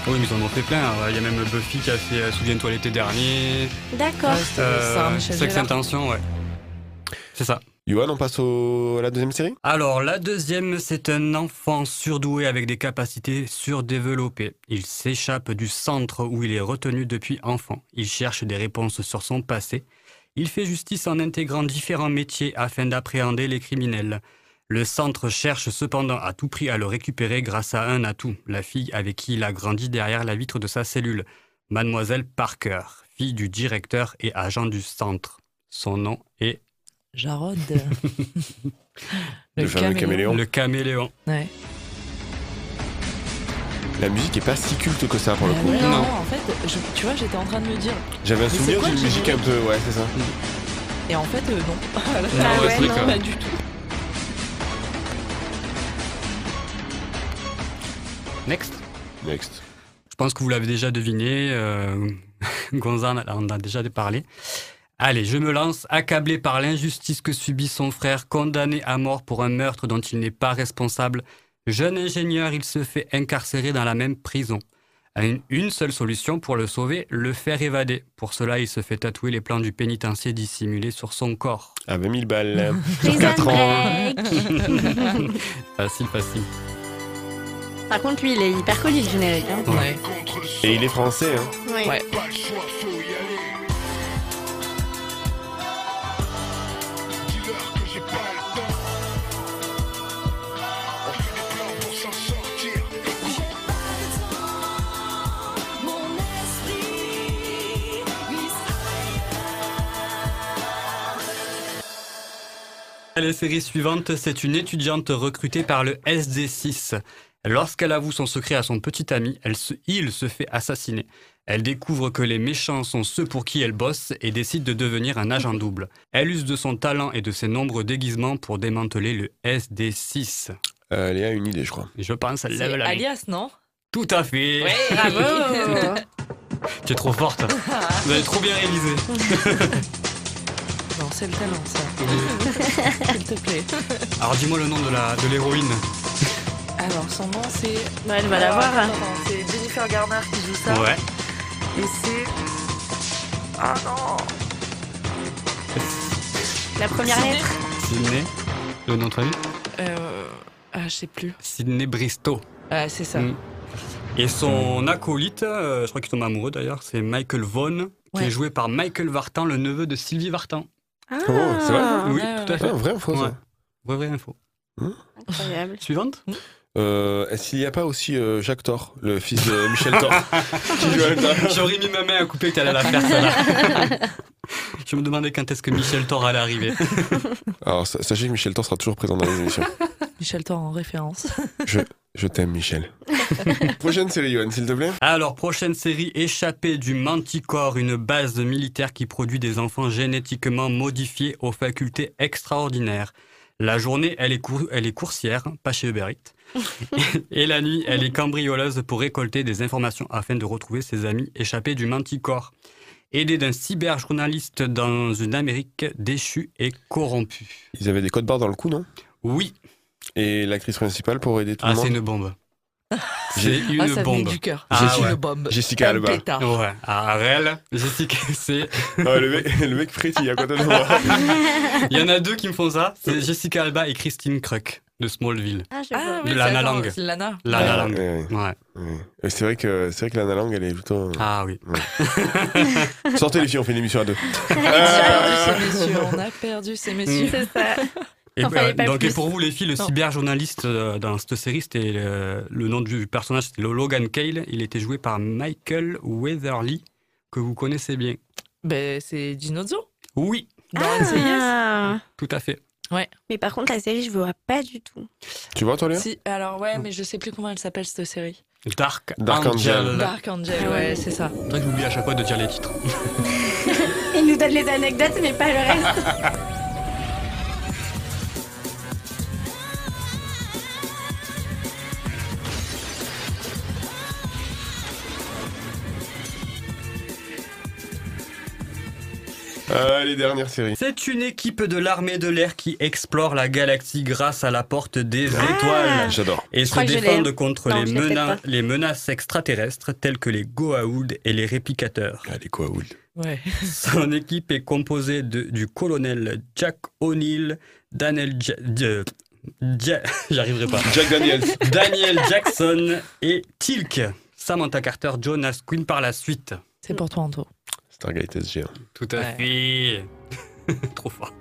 Speaker 4: Oui, mais ils en ont fait plein. Il y a même Buffy qui a fait euh, Souviens-toi l'été dernier.
Speaker 5: D'accord.
Speaker 4: Euh,
Speaker 3: Sarah Michelle
Speaker 4: Sex
Speaker 3: Gellar.
Speaker 4: Intention, ouais. C'est ça.
Speaker 1: Johan, on passe au- à la deuxième série
Speaker 4: Alors, la deuxième, c'est un enfant surdoué avec des capacités surdéveloppées. Il s'échappe du centre où il est retenu depuis enfant. Il cherche des réponses sur son passé. Il fait justice en intégrant différents métiers afin d'appréhender les criminels. Le centre cherche cependant à tout prix à le récupérer grâce à un atout, la fille avec qui il a grandi derrière la vitre de sa cellule, mademoiselle Parker, fille du directeur et agent du centre. Son nom est
Speaker 3: Jarod.
Speaker 1: Le fameux caméléon.
Speaker 4: le caméléon.
Speaker 3: Ouais.
Speaker 1: La musique est pas si culte que ça pour le coup.
Speaker 3: Ouais, Ah non, en fait, je- tu vois, j'étais en train de me dire.
Speaker 1: J'avais un
Speaker 3: Mais c'est
Speaker 1: souvenir
Speaker 3: quoi
Speaker 1: d'une
Speaker 3: le
Speaker 1: musique un
Speaker 3: générique
Speaker 1: peu, ouais, c'est ça.
Speaker 3: Et en fait, euh, non.
Speaker 4: Ah ouais, c'est
Speaker 3: non,
Speaker 4: vrai que-
Speaker 3: pas du tout.
Speaker 4: Next.
Speaker 1: Next.
Speaker 4: Je pense que vous l'avez déjà deviné. Euh, Gonzan en a déjà parlé. Allez, je me lance, accablé par l'injustice que subit son frère, condamné à mort pour un meurtre dont il n'est pas responsable. Jeune ingénieur, il se fait incarcérer dans la même prison. Une, une seule solution pour le sauver, le faire évader. Pour cela, il se fait tatouer les plans du pénitencier dissimulés sur son corps.
Speaker 1: À 20 000 balles.
Speaker 5: Prison
Speaker 1: quatre ans.
Speaker 5: Break.
Speaker 4: Facile, facile.
Speaker 5: Par contre, lui, il est hyper connu le générique. hein.
Speaker 4: Ouais.
Speaker 1: Et il est français, hein.
Speaker 5: Ouais.
Speaker 3: Ouais.
Speaker 4: La série suivante, c'est une étudiante recrutée par le SD6. Lorsqu'elle avoue son secret à son petit ami, elle se, il se fait assassiner. Elle découvre que les méchants sont ceux pour qui elle bosse et décide de devenir un agent double. Elle use de son talent et de ses nombreux déguisements pour démanteler le SD6.
Speaker 1: Euh, Léa a une idée, je crois.
Speaker 4: Je pense à
Speaker 3: C'est
Speaker 4: lève la main.
Speaker 3: alias, non
Speaker 4: Tout à fait.
Speaker 3: Ouais,
Speaker 5: Bravo.
Speaker 4: Tu es trop forte. Vous avez trop bien réalisé.
Speaker 3: Non, c'est le talent, ça. S'il te plaît.
Speaker 4: Alors dis-moi le nom de la- de l'héroïne.
Speaker 3: Alors, son nom, c'est.
Speaker 5: Bah, elle va l'avoir.
Speaker 3: Ah, attends, attends, C'est Jennifer Garner qui joue ça.
Speaker 4: ouais.
Speaker 3: Et c'est. Ah non
Speaker 5: La première lettre.
Speaker 4: Sydney. Le nom de famille
Speaker 3: Euh. Ah, je sais plus.
Speaker 4: Sydney Bristow.
Speaker 3: Ah, c'est ça.
Speaker 4: Mm. Et son acolyte, euh, je crois qu'il tombe amoureux d'ailleurs, c'est Michael Vaughn, qui
Speaker 3: Ouais.
Speaker 4: est joué par Michael Vartan, le neveu de Sylvie Vartan.
Speaker 1: Oh, c'est vrai
Speaker 3: Ah,
Speaker 4: oui,
Speaker 3: ouais,
Speaker 4: tout à
Speaker 1: Ah,
Speaker 4: fait.
Speaker 1: Vraie info,
Speaker 4: Ouais.
Speaker 1: ça.
Speaker 4: Vraie, vraie info.
Speaker 5: Incroyable.
Speaker 4: Suivante
Speaker 1: Euh, Est-ce qu'il n'y a pas aussi euh, Jacques Thor, le fils de Michel Thor qui joue à l'intérieur
Speaker 4: J'aurais mis ma main à couper que t'allais la faire, celle-là. Je me demandais quand est-ce que Michel Thor allait arriver.
Speaker 1: Alors, sa- sachez que Michel Thor sera toujours présent dans les émissions.
Speaker 3: Michel Thor en référence.
Speaker 1: Je, je t'aime, Michel. Prochaine série, Yoann, s'il te plaît.
Speaker 4: Alors, prochaine série, Échappée du Manticore, une base militaire qui produit des enfants génétiquement modifiés aux facultés extraordinaires. La journée, elle est, cour- elle est coursière, hein, pas chez Uber Eats. Et la nuit, elle est cambrioleuse pour récolter des informations afin de retrouver ses amis échappés du Manticore. Aidée d'un cyberjournaliste dans une Amérique déchue et corrompue.
Speaker 1: Ils avaient des codes barres dans le cou, non
Speaker 4: Oui.
Speaker 1: Et l'actrice principale pour aider tout
Speaker 4: Ah,
Speaker 1: le monde
Speaker 4: c'est une bombe. C'est
Speaker 1: J'ai-
Speaker 4: une
Speaker 3: Ah, ça venait
Speaker 4: bombe.
Speaker 3: du cœur.
Speaker 4: Ah,
Speaker 1: C'est une
Speaker 4: ouais.
Speaker 1: bombe. Jessica Un Alba. pétard.
Speaker 4: Ouais. Arel, Jessica, c'est.
Speaker 1: Ah, le, mec, le mec frétille à côté de moi.
Speaker 4: Il y en a deux qui me font ça. C'est Jessica Alba et Christine Kruk de Smallville.
Speaker 5: Ah, je
Speaker 3: Ah,
Speaker 4: de
Speaker 3: oui,
Speaker 4: Lana
Speaker 3: c'est-
Speaker 4: Lang.
Speaker 3: c'est Lana.
Speaker 4: Lana Lang.
Speaker 1: Ouais, ouais.
Speaker 4: Ouais.
Speaker 1: Ouais. Et C'est vrai que c'est vrai que Lana Lang, elle est plutôt.
Speaker 4: Ah oui.
Speaker 1: euh, Sortez les filles, on fait une émission à deux.
Speaker 3: On a perdu ces messieurs, on a perdu ces messieurs.
Speaker 5: C'est ça.
Speaker 4: Et,
Speaker 5: Enfin,
Speaker 4: euh,
Speaker 5: et pas
Speaker 4: donc,
Speaker 5: plus.
Speaker 4: et pour vous, les filles, le
Speaker 5: Non.
Speaker 4: cyberjournaliste euh, dans cette série, c'était euh, le nom du personnage, c'était Logan Cale. Il était joué par Michael Weatherly, que vous connaissez bien.
Speaker 3: Ben, c'est Dinozo.
Speaker 4: Oui,
Speaker 3: Dans NCIS.
Speaker 5: Ah.
Speaker 4: tout à fait.
Speaker 3: Ouais.
Speaker 5: Mais par contre, la série, je vois pas du tout.
Speaker 1: Tu vois, toi, Léa
Speaker 3: Si, alors ouais, mais je sais plus comment elle s'appelle cette série.
Speaker 4: Dark,
Speaker 1: Dark Angel.
Speaker 4: Angel.
Speaker 3: Dark Angel, ouais, c'est ça.
Speaker 4: C'est vrai que j'oublie à chaque fois de dire les titres.
Speaker 5: Il nous donne les anecdotes, mais pas le reste.
Speaker 1: Euh, les dernières séries.
Speaker 4: C'est une équipe de l'armée de l'air qui explore la galaxie grâce à la porte des
Speaker 5: Ah.
Speaker 4: étoiles.
Speaker 1: J'adore.
Speaker 4: Et
Speaker 5: Je
Speaker 4: se
Speaker 5: crois que je
Speaker 4: défendent
Speaker 5: l'ai.
Speaker 4: contre
Speaker 5: Non,
Speaker 4: les,
Speaker 5: je l'ai peut-être
Speaker 4: mena-
Speaker 5: pas.
Speaker 4: les menaces extraterrestres telles que les Goa'uld et les réplicateurs.
Speaker 1: Ah, les Koaoul.
Speaker 3: Ouais.
Speaker 4: Son équipe est composée de- du colonel Jack O'Neill, Daniel... Ja- de- Ja- J'arriverai pas.
Speaker 1: Jack Daniels.
Speaker 4: Daniel Jackson et Tilk. Samantha Carter, Jonas Quinn par la suite.
Speaker 3: C'est pour toi, Anto.
Speaker 1: Stargate SG. hein.
Speaker 4: Tout à fait. Trop fort.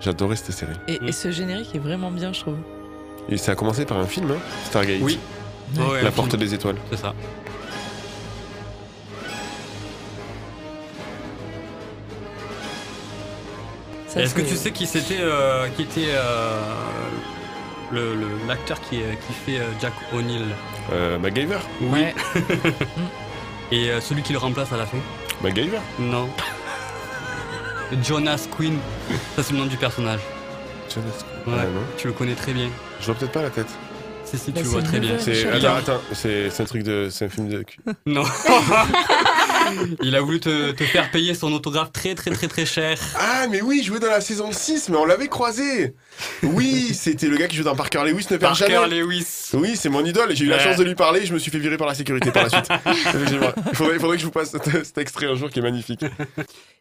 Speaker 1: J'adorais cette série.
Speaker 3: Et,
Speaker 4: Mm.
Speaker 3: et ce générique est vraiment bien, je trouve.
Speaker 1: Et ça a commencé par un film, hein, Stargate.
Speaker 4: Oui. Ouais,
Speaker 1: La
Speaker 4: un
Speaker 1: porte
Speaker 4: film.
Speaker 1: des étoiles.
Speaker 4: C'est ça.
Speaker 3: Ça,
Speaker 4: Est-ce que
Speaker 3: c'est-
Speaker 4: tu sais qui c'était, euh, qui était euh, le- le- l'acteur qui, euh, qui fait euh, Jack O'Neill
Speaker 1: Euh, MacGyver.
Speaker 4: Oui. Et euh, celui qui le remplace à la fin
Speaker 1: MacGyver.
Speaker 4: Non. Jonas Quinn. Ça c'est le nom du personnage.
Speaker 1: Jonas.
Speaker 4: Ouais.
Speaker 1: Ah, non.
Speaker 4: Tu le connais très bien.
Speaker 1: Je vois peut-être pas la tête.
Speaker 4: Si si,
Speaker 3: Bah,
Speaker 4: tu le vois
Speaker 3: c'est
Speaker 4: très
Speaker 3: le
Speaker 4: bien.
Speaker 3: neveu.
Speaker 1: C'est
Speaker 3: Shooter.
Speaker 1: attends, attends, c'est c'est un truc de, c'est un film de. cul.
Speaker 4: Non. Il a voulu te, te faire payer son autographe très très très très cher.
Speaker 1: Ah mais oui, jouait dans la saison 6, mais on l'avait croisé. Oui, c'était le gars qui joue dans Parker Lewis ne perd
Speaker 4: Parker
Speaker 1: jamais.
Speaker 4: Lewis.
Speaker 1: Oui, c'est mon idole. J'ai eu la
Speaker 4: Ouais.
Speaker 1: chance de lui parler. Je me suis fait virer par la sécurité par la suite. Effectivement. Il faudrait, il faudrait que je vous passe cet, cet extrait un jour qui est magnifique.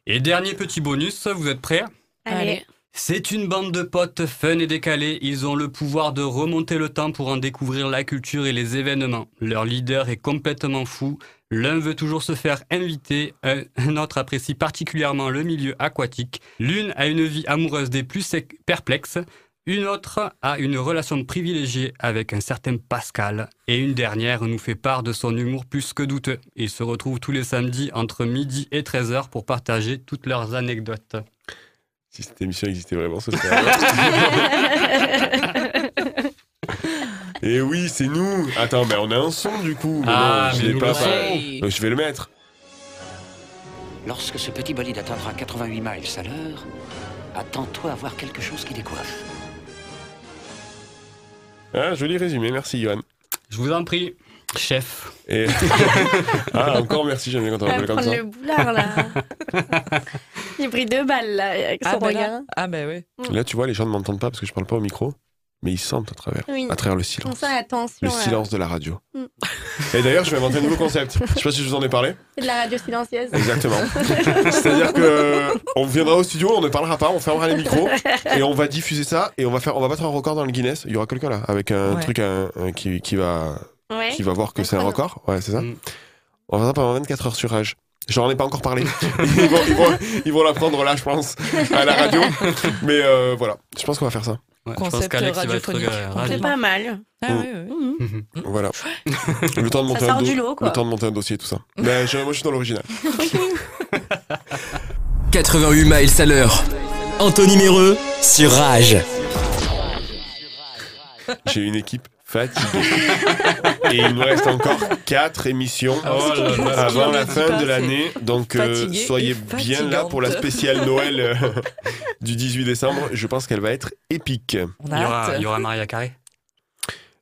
Speaker 4: Et dernier petit bonus, vous êtes prêts
Speaker 5: Allez.
Speaker 4: C'est une bande de potes fun et décalés. Ils ont le pouvoir de remonter le temps pour en découvrir la culture et les événements. Leur leader est complètement fou. L'un veut toujours se faire inviter, un, un autre apprécie particulièrement le milieu aquatique. L'une a une vie amoureuse des plus sec- perplexes. Une autre a une relation privilégiée avec un certain Pascal. Et une dernière nous fait part de son humour plus que douteux. Ils se retrouvent tous les samedis entre midi et 13h pour partager toutes leurs anecdotes.
Speaker 1: Si cette émission existait vraiment, ce serait. Et oui, c'est nous. Attends, mais on a un son du coup. Mais
Speaker 4: Ah,
Speaker 1: non, je
Speaker 4: mais
Speaker 1: l'ai
Speaker 4: nous
Speaker 1: pas.
Speaker 4: le
Speaker 1: pas-
Speaker 4: son.
Speaker 1: Euh, Je vais le mettre.
Speaker 15: Lorsque ce petit bolide atteindra 88 miles à l'heure, attends-toi à voir quelque chose qui décoiffe.
Speaker 1: Ah, joli résumé. Merci, Johan.
Speaker 4: Je vous en prie, chef.
Speaker 1: Et... ah, encore merci. J'aime bien quand
Speaker 5: On
Speaker 1: on
Speaker 5: va
Speaker 1: m'appelle comme
Speaker 5: prendre
Speaker 1: ça.
Speaker 5: le boulard, là. J'ai pris deux balles, là, avec son
Speaker 3: Ah, ben
Speaker 5: regard.
Speaker 3: là. Ah, ben ouais.
Speaker 1: Là, tu vois, les gens ne m'entendent pas parce que je parle pas au micro, mais ils sentent à travers,
Speaker 5: Oui.
Speaker 1: à travers le
Speaker 5: On
Speaker 1: silence.
Speaker 5: sent la tension.
Speaker 1: Le
Speaker 5: là.
Speaker 1: silence de la radio.
Speaker 5: Mm.
Speaker 1: Et d'ailleurs, je vais inventer un nouveau concept. Je sais pas si je vous en ai parlé.
Speaker 5: C'est de la radio silencieuse.
Speaker 1: Exactement. C'est-à-dire que on viendra au studio, on ne parlera pas, on fermera les micros et on va diffuser ça et on va faire, on va battre un record dans le Guinness. Il y aura quelqu'un là avec un
Speaker 3: Ouais.
Speaker 1: truc un- un qui, qui va
Speaker 5: Ouais.
Speaker 1: qui va voir que c'est un
Speaker 5: chrono.
Speaker 1: record. Ouais, c'est ça.
Speaker 4: Mm.
Speaker 1: On va faire pendant 24 heures sur Rage. J'en ai pas encore parlé. Ils vont, ils vont, ils vont l'apprendre là, je pense, à la radio. Mais euh, voilà, je pense qu'on va faire ça.
Speaker 4: Ouais, je pense
Speaker 3: Concept
Speaker 4: qu'Alex il va être
Speaker 3: radiophonique.
Speaker 4: euh, ravi.
Speaker 5: C'est pas mal.
Speaker 4: Oh.
Speaker 3: Ah ouais, ouais.
Speaker 1: Voilà. Le temps de
Speaker 5: Ça
Speaker 1: monter,
Speaker 5: Mm. sort
Speaker 1: un, do-
Speaker 5: du lot, quoi.
Speaker 1: le temps de monter un dossier, tout ça. Mais je- moi, je suis dans l'original.
Speaker 2: 88 miles à l'heure. Anthony Méreux sur Rage.
Speaker 1: J'ai une équipe fatiguée. Et il nous reste encore 4 émissions
Speaker 4: Oh là là.
Speaker 1: avant la
Speaker 4: Ce qu'on
Speaker 1: fin
Speaker 4: ne dit
Speaker 1: de
Speaker 4: pas,
Speaker 1: l'année.
Speaker 4: c'est
Speaker 1: Donc euh,
Speaker 4: fatiguée
Speaker 1: soyez
Speaker 4: et
Speaker 1: bien là pour la
Speaker 4: fatigante.
Speaker 1: spéciale Noël euh, du 18 décembre. Je pense qu'elle va être épique.
Speaker 4: Il y aura, il y aura Maria Carré.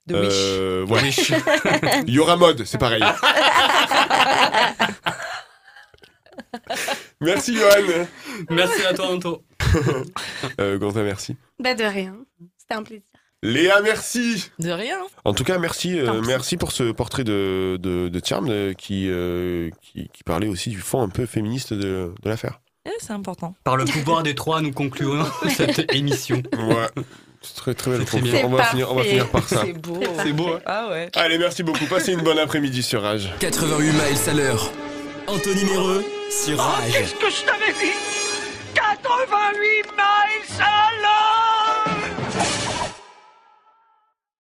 Speaker 3: De
Speaker 1: Euh, voilà.
Speaker 4: Wish.
Speaker 1: Il y aura mode, c'est pareil. merci Johan.
Speaker 4: Merci à toi, Anto.
Speaker 1: Euh, Gonza, merci.
Speaker 5: Bah de rien. C'était un plaisir.
Speaker 1: Léa, merci.
Speaker 3: De rien. hein.
Speaker 1: En tout cas, merci, euh, merci pour ce portrait de, de, de Charm euh, qui, euh, qui, qui parlait aussi du fond un peu féministe de, de l'affaire.
Speaker 3: Eh, c'est important.
Speaker 4: Par le pouvoir des trois, nous concluons cette émission.
Speaker 1: Ouais. C'est très très belle
Speaker 4: très
Speaker 1: conclusion.
Speaker 4: bien.
Speaker 1: On va, finir, on va
Speaker 4: parfait.
Speaker 1: finir par ça.
Speaker 4: C'est beau. C'est beau, hein.
Speaker 3: Ah ouais.
Speaker 1: Allez, merci beaucoup. Passez une bonne après-midi sur Rage.
Speaker 2: 88 miles à l'heure. Anthony Méreux
Speaker 4: Ah,
Speaker 2: sur Rage.
Speaker 16: Qu'est-ce que je t'avais dit 88 miles à l'heure